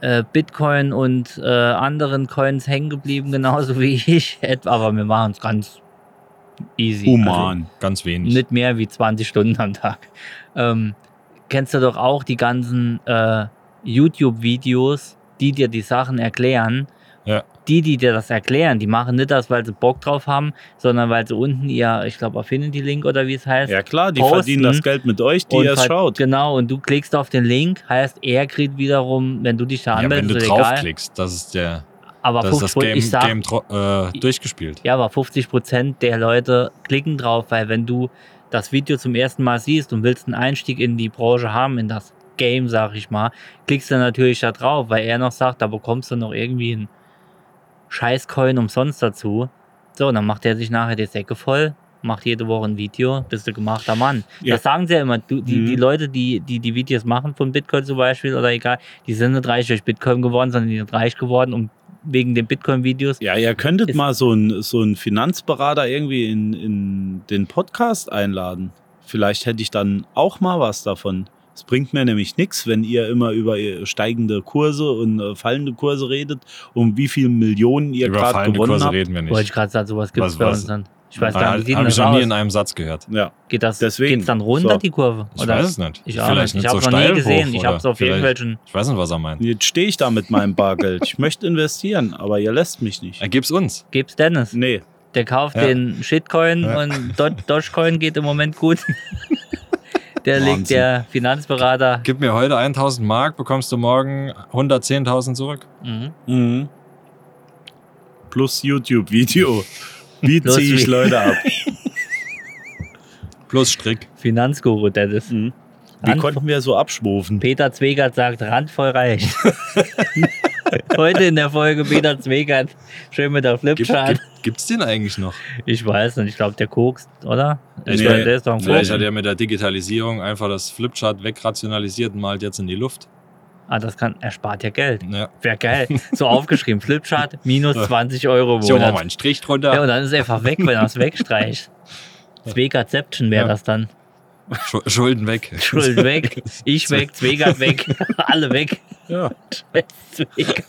äh, Bitcoin und äh, anderen Coins hängen geblieben, genauso wie ich. Etwa, aber wir machen es ganz easy.
Oh, Human.
Ganz
Also,
wenig.
nicht mehr wie 20 Stunden am Tag. Ähm, kennst du doch auch die ganzen äh, YouTube-Videos, die dir die Sachen erklären.
Ja.
Die, die dir das erklären, die machen nicht das, weil sie Bock drauf haben, sondern weil sie unten ihr, ich glaube, Affinity-Link oder wie es heißt,
ja klar, die
Also, posten
verdienen das Geld mit euch, die
und
ihr es
ver-
schaut.
Genau, und du klickst auf den Link, heißt, er kriegt wiederum, wenn du dich da
ja, wenn
anmeldest,
du
ist egal.
draufklickst, das ist der,
Aber
das, ist das
50,
Game,
ich sag,
Game tro- äh, durchgespielt.
ja, aber 50 Prozent der Leute klicken drauf, weil wenn du das Video zum ersten Mal siehst und willst einen Einstieg in die Branche haben, in das Game, sag ich mal, klickst du natürlich da drauf, weil er noch sagt, da bekommst du noch irgendwie einen Scheißcoin umsonst dazu. So, und dann macht er sich nachher die Säcke voll, macht jede Woche ein Video, bist du gemachter Mann.
Ja.
Das sagen sie ja immer. Du, die,
Mhm.
die Leute, die, die die Videos machen von Bitcoin zum Beispiel oder egal, die sind nicht reich durch Bitcoin geworden, sondern die sind reich geworden, um wegen den Bitcoin-Videos
Ja, ihr könntet
Ist-
mal so einen so einen Finanzberater irgendwie in, in den Podcast einladen. Vielleicht hätte ich dann auch mal was davon. Es bringt mir nämlich nichts, wenn ihr immer über äh, steigende Kurse und äh, fallende Kurse redet, um wie viel Millionen ihr
Über
gerade
fallende
gewonnen
Kurse
habt.
reden wir
Wollte ich
nicht.
gerade sagen, sowas gibt es
Was-
bei
was-
uns dann. Ich weiß gar
Habe
nicht, wie sieht denn
ich
das
noch nie in
aus?
einem Satz gehört.
Ja,
Geht das
Deswegen.
geht's dann runter,
So.
die Kurve?
Ich
Oder?
weiß es nicht.
Ich auch
Vielleicht
nicht.
nicht
Ich
so
hab's noch nie
steil
gesehen.
hoch.
Ich
oder
hab's auf
vielleicht-
irgendwelchen-
Ich weiß nicht, was er meint.
jetzt stehe ich da mit meinem Bargeld. Ich möchte investieren, aber ihr lässt mich nicht.
Er gibt's Äh, uns.
Gibt's Dennis?
Nee,
Der kauft
Ja.
den Shitcoin
Ja.
und Do Dogecoin geht im Moment gut. der
Wahnsinn.
legt der Finanzberater.
Gib mir heute 1000 Mark, bekommst du morgen 110.000 zurück.
Mhm.
Mhm. Plus YouTube-Video. Wie
Plus
ziehe ich
wie-
Leute ab?
Plus Strick.
Finanzguru Dennis.
Mhm. Wie
Rand-
konnten wir so abschwufen?
Peter Zwegert sagt, randvoll reich. Heute in der Folge Peter Zwegert. Schön mit der
Gibt,
Flipchart.
gibt, gibt's den eigentlich noch?
Ich weiß nicht, ich glaube, der kokst, oder?
Nee.
Ich glaub, der ist doch ein Koks.
Vielleicht hat er mit der Digitalisierung einfach das Flipchart wegrationalisiert und malt jetzt in die Luft.
Ah, das kann, er spart ja Geld.
Ja.
Wäre geil. So aufgeschrieben, Flipchart, minus 20 Euro im
So, machen wir
Monat.
einen Strich
Ja,
drunter.
und dann ist er einfach weg, wenn er es wegstreicht. Zwegatception wäre
Ja.
das dann.
Schu- Schulden weg.
Schuld weg, ich weg, Zwegat weg, alle weg.
Ja.
Zwegat,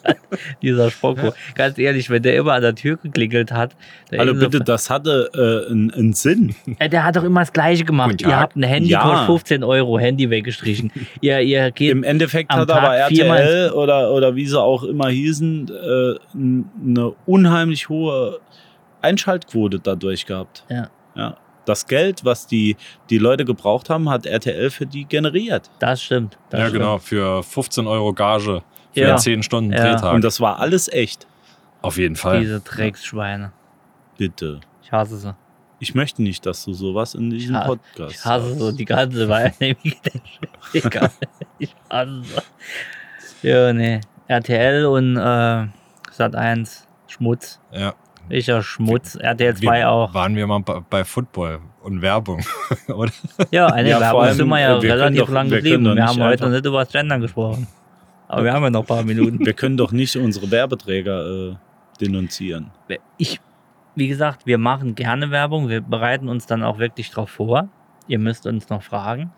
dieser Spocko. Ganz ehrlich, wenn der immer an der Tür geklingelt hat, der,
Also
ist so-
bitte, das hatte äh, einen, einen Sinn.
Äh, der hat doch immer das Gleiche
Guten
gemacht.
Tag.
Ihr habt ein Handy,
Ja.
kostet 15 Euro, Handy weggestrichen. ihr, ihr geht
Im Endeffekt
am
hat
Tag
aber
viermal-
RTL oder, oder wie sie auch immer hießen, äh, n- eine unheimlich hohe Einschaltquote dadurch gehabt.
Ja.
ja. Das Geld, was die, die Leute gebraucht haben, hat RTL für die generiert.
Das stimmt. Das
Ja,
stimmt.
genau. Für 15 Euro Gage. Für
Ja.
10 Stunden
Ja.
Drehtag.
Und das war alles echt.
Auf jeden Fall.
Diese Drecksschweine.
Bitte.
Ich hasse sie.
Ich möchte nicht, dass du sowas in diesem
ha-
Podcast
Ich hasse so
sagst.
die ganze Weile. ich hasse sie. Ja, nee. RTL und äh, Sat 1 Schmutz.
Ja.
Icher Schmutz. RTL 2
Wir-
auch.
Waren wir mal bei, bei Football und Werbung, oder?
Ja, eine
Ja,
ja, Werbung
vor allem,
sind wir ja
äh, wir können
relativ
doch-
lang
wir können
geblieben.
doch
Wir,
nicht
haben heute
einfach-
noch nicht über das Gendern gesprochen. Aber wir haben ja noch ein paar Minuten.
Wir können doch nicht unsere Werbeträger äh, denunzieren.
Ich, wie gesagt, wir machen gerne Werbung. Wir bereiten uns dann auch wirklich drauf vor. Ihr müsst uns noch fragen.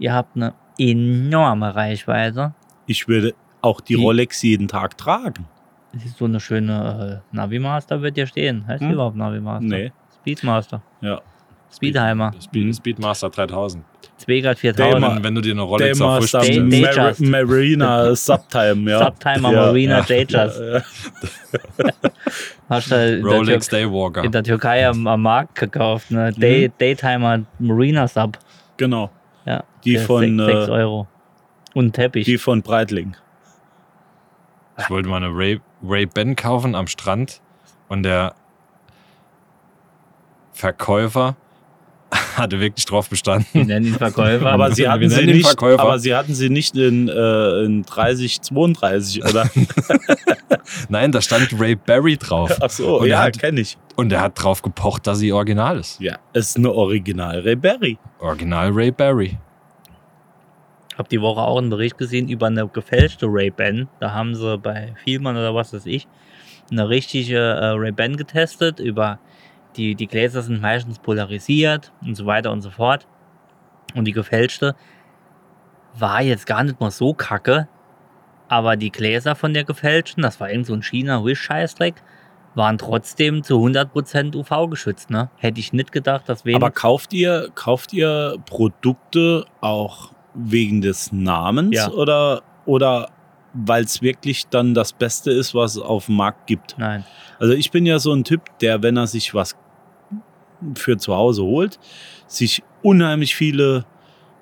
Ihr habt eine enorme Reichweite.
Ich würde auch die,
Die-
Rolex jeden Tag tragen.
Das ist so eine schöne äh, Navimaster wird hier stehen. Heißt
Hm?
die überhaupt Navimaster?
Nee.
Speedmaster.
Ja.
Speedheimer.
Speed, Speedmaster 3000.
Zwegert
Dayma-
4000.
wenn du dir eine Rolex auf
Daymaster
Day-
Fuß
Mar
Dayjust.
Marina Subtime, ja.
Subtimer
ja.
Marina
ja.
Jajas.
Ja.
Hast du in der,
Rolex
Tür
Daywalker.
in der Türkei am, am Markt gekauft. Ne?
Mhm.
Day Daytimer Marina Sub.
Genau.
Ja,
Die
für
von,
sech-
äh,
sechs Euro. Und Teppich.
Die von Breitling.
Ich wollte mal eine Ray, Ray Ben kaufen am Strand und der Verkäufer hatte wirklich drauf
Wir
bestanden.
nennen ihn Verkäufer.
Aber sie,
wir
hatten
nennen
sie
den
nicht,
Verkäufer.
aber sie hatten sie nicht in, äh, in 30, 32 oder.
Nein, da stand Ray Barry drauf.
Ach so,
Und er
ja,
hat-
kenne ich.
Und er hat drauf gepocht, dass sie original ist.
Ja, ist eine original Reberry.
Original Ray Barry.
Hab die Woche auch einen Bericht gesehen über eine gefälschte Ray-Ban. Da haben sie bei Vielmann oder was weiß ich eine richtige äh, Ray-Ban getestet. Über die, die Gläser sind meistens polarisiert und so weiter und so fort. Und die gefälschte war jetzt gar nicht mal so kacke. Aber die Gläser von der gefälschten, das war irgend so ein China-Wish-Scheißdreck, waren trotzdem zu 100% UV geschützt. Ne? Hätte ich nicht gedacht, dass wenig.
Aber kauft ihr, kauft ihr Produkte auch wegen des Namens
Ja.
oder, oder weil es wirklich dann das Beste ist, was es auf dem Markt gibt?
Nein.
Also ich bin ja so ein Typ, der, wenn er sich was für zu Hause holt, sich unheimlich viele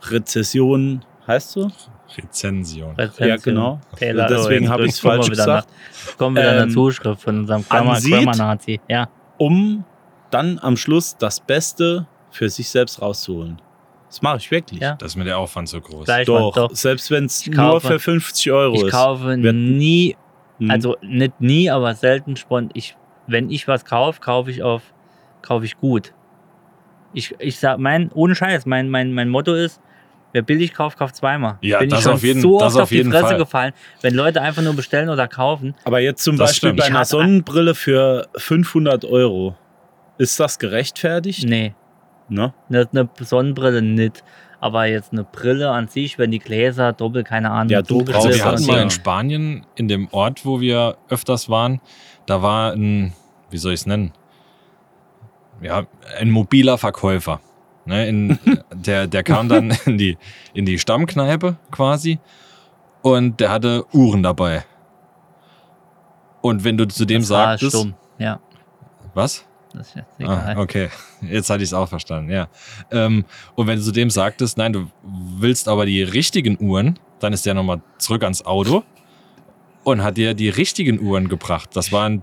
Rezessionen, heißt du?
Rezension.
Rezension.
Ja, genau.
Taylor
Deswegen
Lorenz.
habe ich es
Kommen wir
falsch
wieder
gesagt.
nach- Kommen wir dann
Ähm,
einer Zuschrift von unserem
ansieht-
Klammer-Nazi. Ja,
Um dann am Schluss das Beste für sich selbst rauszuholen. Das mache ich wirklich.
Ja.
Das ist mir der Aufwand so groß.
gleich
Doch,
mal. Doch.
selbst wenn es
Ich
nur
kaufe-
für 50 Euro
Ich
ist.
kaufe
Wir-
nie,
Hm.
also nicht nie, aber selten spontan. Ich, wenn ich was kaufe, kaufe ich auf, kaufe ich gut. Ich, ich sag, mein, ohne Scheiß, mein, mein, mein Motto ist, wer billig kauft, kauft zweimal.
Ja,
Bin
das
ich schon
auf jeden-
so
das
oft
auf
auf die
jeden
Fresse
Fall.
gefallen, wenn Leute einfach nur bestellen oder kaufen.
Aber jetzt zum
Das
Beispiel
stimmt.
bei
Ich
einer
hasse-
Sonnenbrille für 500 Euro. Ist das gerechtfertigt?
Nee,
Ne?
Eine, eine Sonnenbrille nicht. Aber jetzt eine Brille an sich, wenn die Gläser doppelt, keine Ahnung.
Ja, du
dunkel
brauchst-
sind
Also wir
das
hatten
ist
mal
ja-
in Spanien, in dem Ort, wo wir öfters waren, da war ein, wie soll ich es nennen? Ja, ein mobiler Verkäufer. Ne, in, der, der kam dann in die, in die Stammkneipe quasi und der hatte Uhren dabei. Und wenn du zu dem
das war
sagtest,
Ah, stumm. Ja,
was?
das ist jetzt
Ah,
egal.
okay, jetzt hatte ich es auch verstanden, ja. Ähm, und wenn du zu dem sagtest, nein, du willst aber die richtigen Uhren, dann ist der nochmal zurück ans Auto und hat dir die richtigen Uhren gebracht. Das waren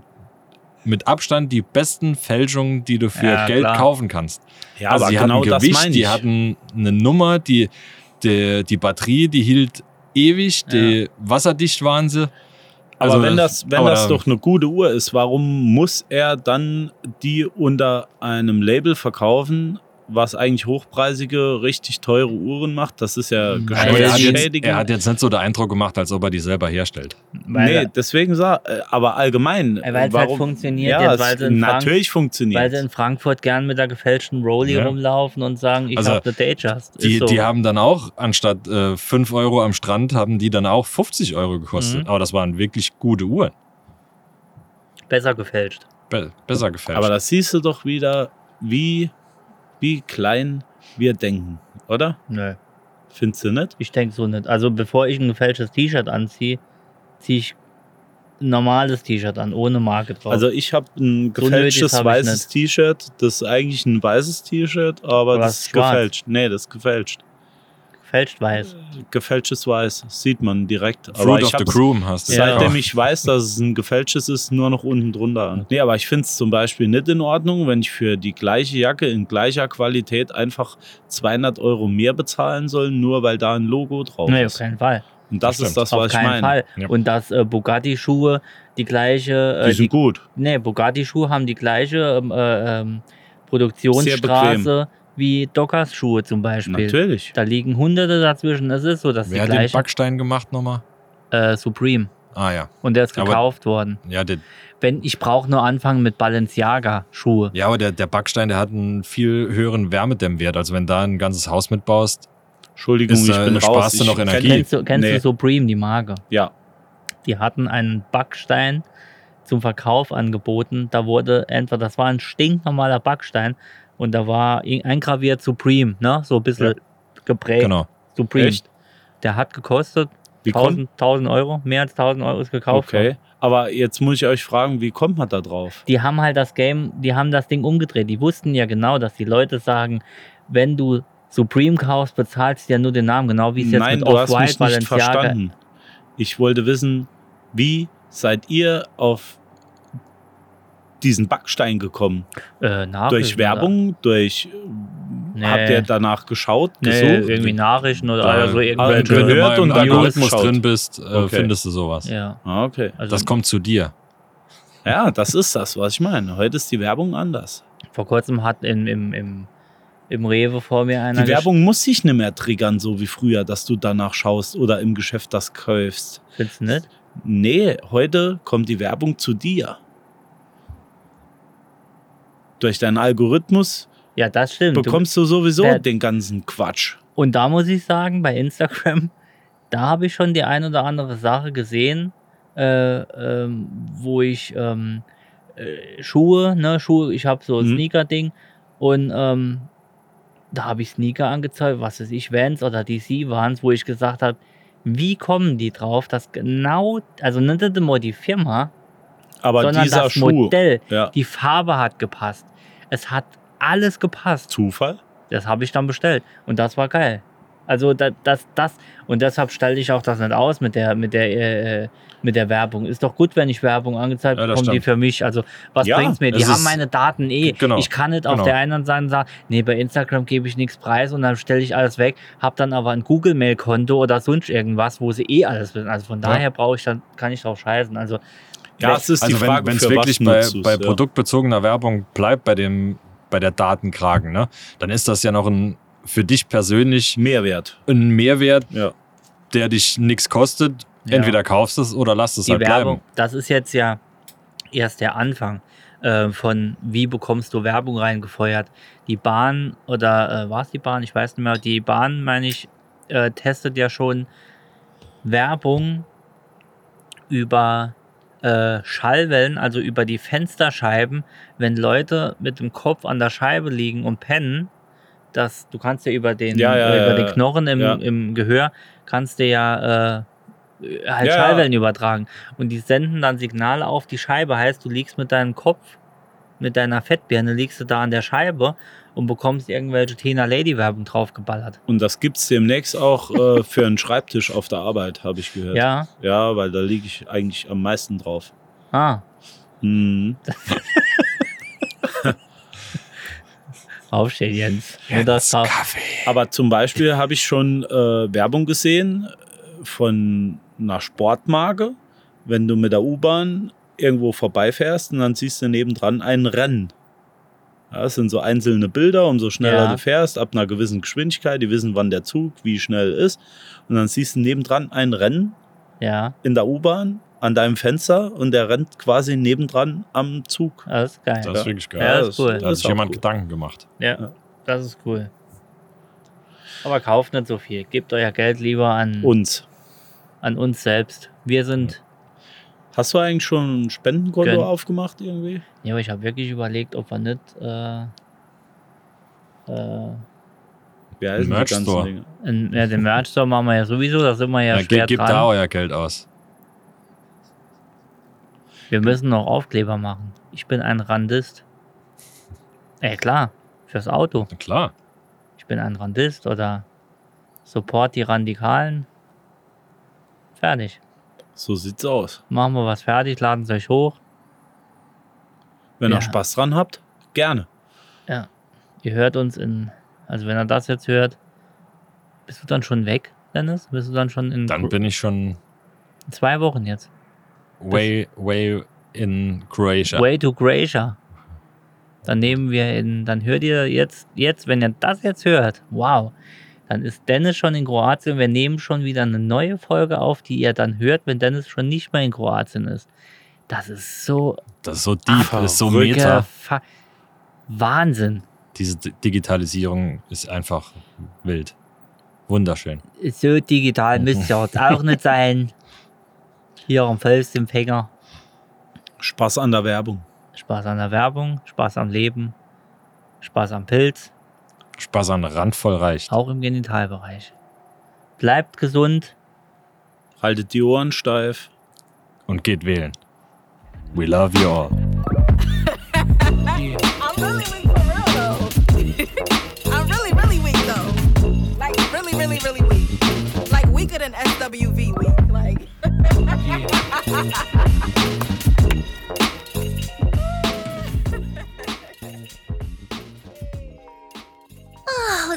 mit Abstand die besten Fälschungen, die du für
Ja,
Geld
klar.
kaufen kannst.
Ja,
also
aber
die
genau
hatten
das
Gewicht,
meine ich.
die hatten eine Nummer, die, die, die Batterie, die hielt ewig, die wasserdicht waren sie.
aber
also-
wenn das, wenn
aber
das
da-
doch eine gute Uhr ist, warum muss er dann die unter einem Label verkaufen, was eigentlich hochpreisige, richtig teure Uhren macht? Das ist ja
Nein,
Aber er, hat
geschäftigend.
jetzt, er hat jetzt nicht so den Eindruck gemacht, als ob er die selber herstellt.
Weil,
nee, deswegen sag, äh, aber allgemein.
Äh, weil es
warum-
halt funktioniert,
Ja,
jetzt,
es
weil sie in Frank-
natürlich funktioniert.
weil sie in Frankfurt gern mit der gefälschten Rolli
Ja.
rumlaufen und sagen, ich
Also,
hab habe eine Datejust. Ist
Die,
so.
die haben dann auch, anstatt äh, 5 Euro am Strand, haben die dann auch 50 Euro gekostet.
Mhm.
Aber das waren wirklich gute Uhren.
Besser gefälscht.
Be besser gefällt.
aber das siehst du doch wieder, wie, wie klein wir denken, oder?
Nö.
Findest du nicht?
Ich denke so nicht. Also bevor ich ein gefälschtes T-Shirt anziehe, ziehe ich ein normales T-Shirt an, ohne Marke drauf.
Also ich habe ein
So nötig
gefälschtes
hab ich
weißes T-Shirt. Das ist eigentlich ein weißes T-Shirt, aber
Aber
das
es
ist
ist schwarz.
gefälscht. Nee, das ist gefälscht.
gefälscht weiß.
Gefälschtes Weiß sieht man direkt. Aber
Fruit
ich
of the
hab's-
Groom hast du.
Seitdem
auch.
ich weiß, dass es ein gefälschtes ist, nur noch unten drunter an. Nee, aber ich finde es zum Beispiel nicht in Ordnung, wenn ich für die gleiche Jacke in gleicher Qualität einfach 200 Euro mehr bezahlen soll, nur weil da ein Logo drauf
Nee, auf
Oh, ist.
keinen Fall.
Und das,
Das
ist das,
auf
was ich
keinen
meine.
Fall.
Ja.
Und dass äh, Bugatti-Schuhe die gleiche,
Die
äh, die,
sind gut.
nee, Bugatti-Schuhe haben die gleiche ähm, äh, ähm,
Sehr
Produktionsstraße wie Dockers-Schuhe zum Beispiel.
Natürlich.
Da liegen Hunderte dazwischen. Es ist so, dass
Wer hat
die
den
gleiche
Backstein gemacht nochmal?
äh, Supreme
Ah ja.
und der ist
Aber-
gekauft worden.
Ja, der,
Wenn ich brauche nur anfangen mit Balenciaga-Schuhe.
ja aber der, der Backstein, der hat einen viel höheren Wärmedämmwert. Also wenn da ein ganzes Haus mitbaust,
Entschuldigung,
Ist,
ich
äh,
bin raus.
sparst du
ich
noch
kenn-
Energie?
Kennst du, kennst
Nee.
du Supreme, die Marke?
Ja,
Die hatten einen Backstein zum Verkauf angeboten. Da wurde entweder, das war ein stinknormaler Backstein und da war in- eingraviert Supreme, ne? So ein bisschen geprägt.
genau.
Supreme.
Echt?
Der hat gekostet
Wie
1000, 1000 Euro, mehr als 1000 Euro ist gekauft. worden.
okay. Aber jetzt muss ich euch fragen, wie kommt man da drauf?
Die haben halt das Game, die haben das Ding umgedreht. Die wussten ja genau, dass die Leute sagen, wenn du Supreme kaufst, bezahlst du ja nur den Namen, genau wie es jetzt
Nein,
mit
du hast
Off-White,
mich nicht
Balenciaga
verstanden. Ich wollte wissen, wie seid ihr auf diesen Backstein gekommen?
Äh, Nachrichten
durch Werbung? Durch äh,
Nee.
habt ihr danach geschaut,
Oder? Nee,
gesucht?
irgendwie Nachrichten oder
Da-
also
Ah,
irgendwelche.
Wenn du mal
gehört
im
und dann
Algorithmus
geschaut.
drin bist, äh,
Okay.
findest du sowas.
ja,
Ah, okay.
also
Das kommt zu dir.
Ja, das ist das, was ich meine. Heute ist die Werbung anders.
vor kurzem hat im, im, im, im Rewe vor mir einer
Die Werbung muss sich nicht mehr triggern, so wie früher, dass du danach schaust oder im Geschäft das kaufst.
gesch- Findest du nicht?
Nee, heute kommt die Werbung zu dir. Durch deinen Algorithmus
Ja, das stimmt. Du-
bekommst du sowieso
Wer-
den ganzen Quatsch.
Und da muss ich sagen, bei Instagram, da habe ich schon die ein oder andere Sache gesehen, äh, ähm, wo ich ähm, äh, Schuhe, ne, Schuhe, ich habe so ein
Mhm.
Sneaker-Ding und ähm, da habe ich Sneaker angezeigt, was weiß ich, Vans oder DC Vans, wo ich gesagt habe, wie kommen die drauf, dass genau, also nicht immer die Firma,
Aber
sondern
dieser
das
Schuh,
Modell,
Ja.
die Farbe hat gepasst. Es hat alles gepasst.
Zufall?
Das habe ich dann bestellt. Und das war geil. Also das, das, das und deshalb stelle ich auch das nicht aus mit der, mit der, äh, mit der Werbung. Ist doch gut, wenn ich Werbung angezeigt
Ja, das
bekomme, die
stimmt.
für mich. Also was
Ja,
bringt's mir? Die
es
haben
ist-
meine Daten eh.
Genau,
ich kann nicht
genau.
auf der einen Seite sagen, nee, bei Instagram gebe ich nichts preis und dann stelle ich alles weg, habe dann aber ein Google Mail Konto oder sonst irgendwas, wo sie eh alles wissen. Also von
Ja.
daher brauche ich dann kann ich drauf scheißen. Also
Ja, es ist die
also
Frage,
wenn es
für
wirklich
was
bei,
nutzt du's,
bei
ja.
produktbezogener Werbung bleibt, bei dem bei der Datenkragen, ne, dann ist das ja noch ein für dich persönlich
Mehrwert.
ein Mehrwert,
Ja.
der dich nichts kostet.
Ja.
Entweder kaufst es oder lass es
die
halt
Werbung,
bleiben.
das ist jetzt ja erst der Anfang. äh, von wie bekommst du Werbung reingefeuert. Die Bahn oder äh, war es die Bahn? Ich weiß nicht mehr. Die Bahn, meine ich, äh, testet ja schon Werbung über äh, Schallwellen, also über die Fensterscheiben, wenn Leute mit dem Kopf an der Scheibe liegen und pennen, dass du kannst ja über den, äh,
Ja, ja,
über
ja,
den
ja.
Knochen im,
Ja.
im Gehör, kannst du ja äh, halt
Ja, ja.
Schallwellen übertragen. Und die senden dann Signale auf die Scheibe, heißt, du liegst mit deinem Kopf, mit deiner Fettbirne liegst du da an der Scheibe und bekommst irgendwelche Tina Lady Werbung draufgeballert.
Und das gibt's demnächst auch äh, für einen Schreibtisch auf der Arbeit, habe ich gehört.
Ja.
Ja, weil da liege ich eigentlich am meisten drauf.
Ah,
Mhm.
aufstehen, Jens. Nur das drauf.
Aber zum Beispiel habe ich schon äh, Werbung gesehen äh, von einer Sportmarke, wenn du mit der U-Bahn irgendwo vorbeifährst und dann siehst du nebendran ein Rennen. Ja, das sind so einzelne Bilder, umso schneller
Ja.
du fährst, ab einer gewissen Geschwindigkeit, die wissen, wann der Zug, wie schnell ist. Und dann siehst du nebendran ein Rennen
Ja,
in der U-Bahn an deinem Fenster und der rennt quasi nebendran am Zug.
das ist geil.
Das ist wirklich geil.
Ja, das ist cool.
Da hat
Das
sich
ist auch
jemand
cool.
Gedanken gemacht.
Ja, das ist cool. Aber kauft nicht so viel. Gebt euer Geld lieber an,
Uns.
an uns selbst. Wir sind.
Hast du eigentlich schon ein Spendenkonto
Gönn.
aufgemacht irgendwie?
Ja, aber ich habe wirklich überlegt, ob wir nicht äh, äh,
Wie heißen die
Merch
ganzen
Store.
Dinge?
in, ja, den Merch Store machen wir ja sowieso. Da sind wir ja,
Ja,
schwer
ge gebt da
dran.
euer Geld aus.
Wir müssen noch Aufkleber machen. Ich bin ein Randist. Ey, klar. Fürs Auto.
Na klar.
Ich bin ein Randist oder Support die Radikalen. Fertig.
So sieht's aus.
Machen wir was fertig, laden es euch hoch.
Wenn
Ja.
ihr Spaß dran habt, gerne.
Ihr hört uns in, also wenn er das jetzt hört, bist du dann schon weg, Dennis? Bist du dann schon in
Dann
Gro-
bin ich schon
in zwei Wochen jetzt?
way, way in Croatia.
Way to Gracia. Dann nehmen wir in, dann hört ihr jetzt, jetzt, wenn ihr das jetzt hört, wow, dann ist Dennis schon in Kroatien. Wir nehmen schon wieder eine neue Folge auf, die ihr dann hört, wenn Dennis schon nicht mehr in Kroatien ist. Das ist so
Das ist so deep, das ist so meta.
abgefa- Wahnsinn.
Diese D- Digitalisierung ist einfach wild. Wunderschön.
So digital müsst ihr jetzt auch nicht sein. Hier am Volksempfänger.
Spaß an der Werbung.
Spaß an der Werbung, Spaß am Leben, Spaß am Pilz,
Spaß an Randvoll reicht.
auch im Genitalbereich. Bleibt gesund.
Haltet die Ohren steif.
Und geht wählen. We love you all.
I'm really weak for real though. I'm really, really weak though. Like really, really, really weak. Like weaker than SWV weak. Like.
Oh,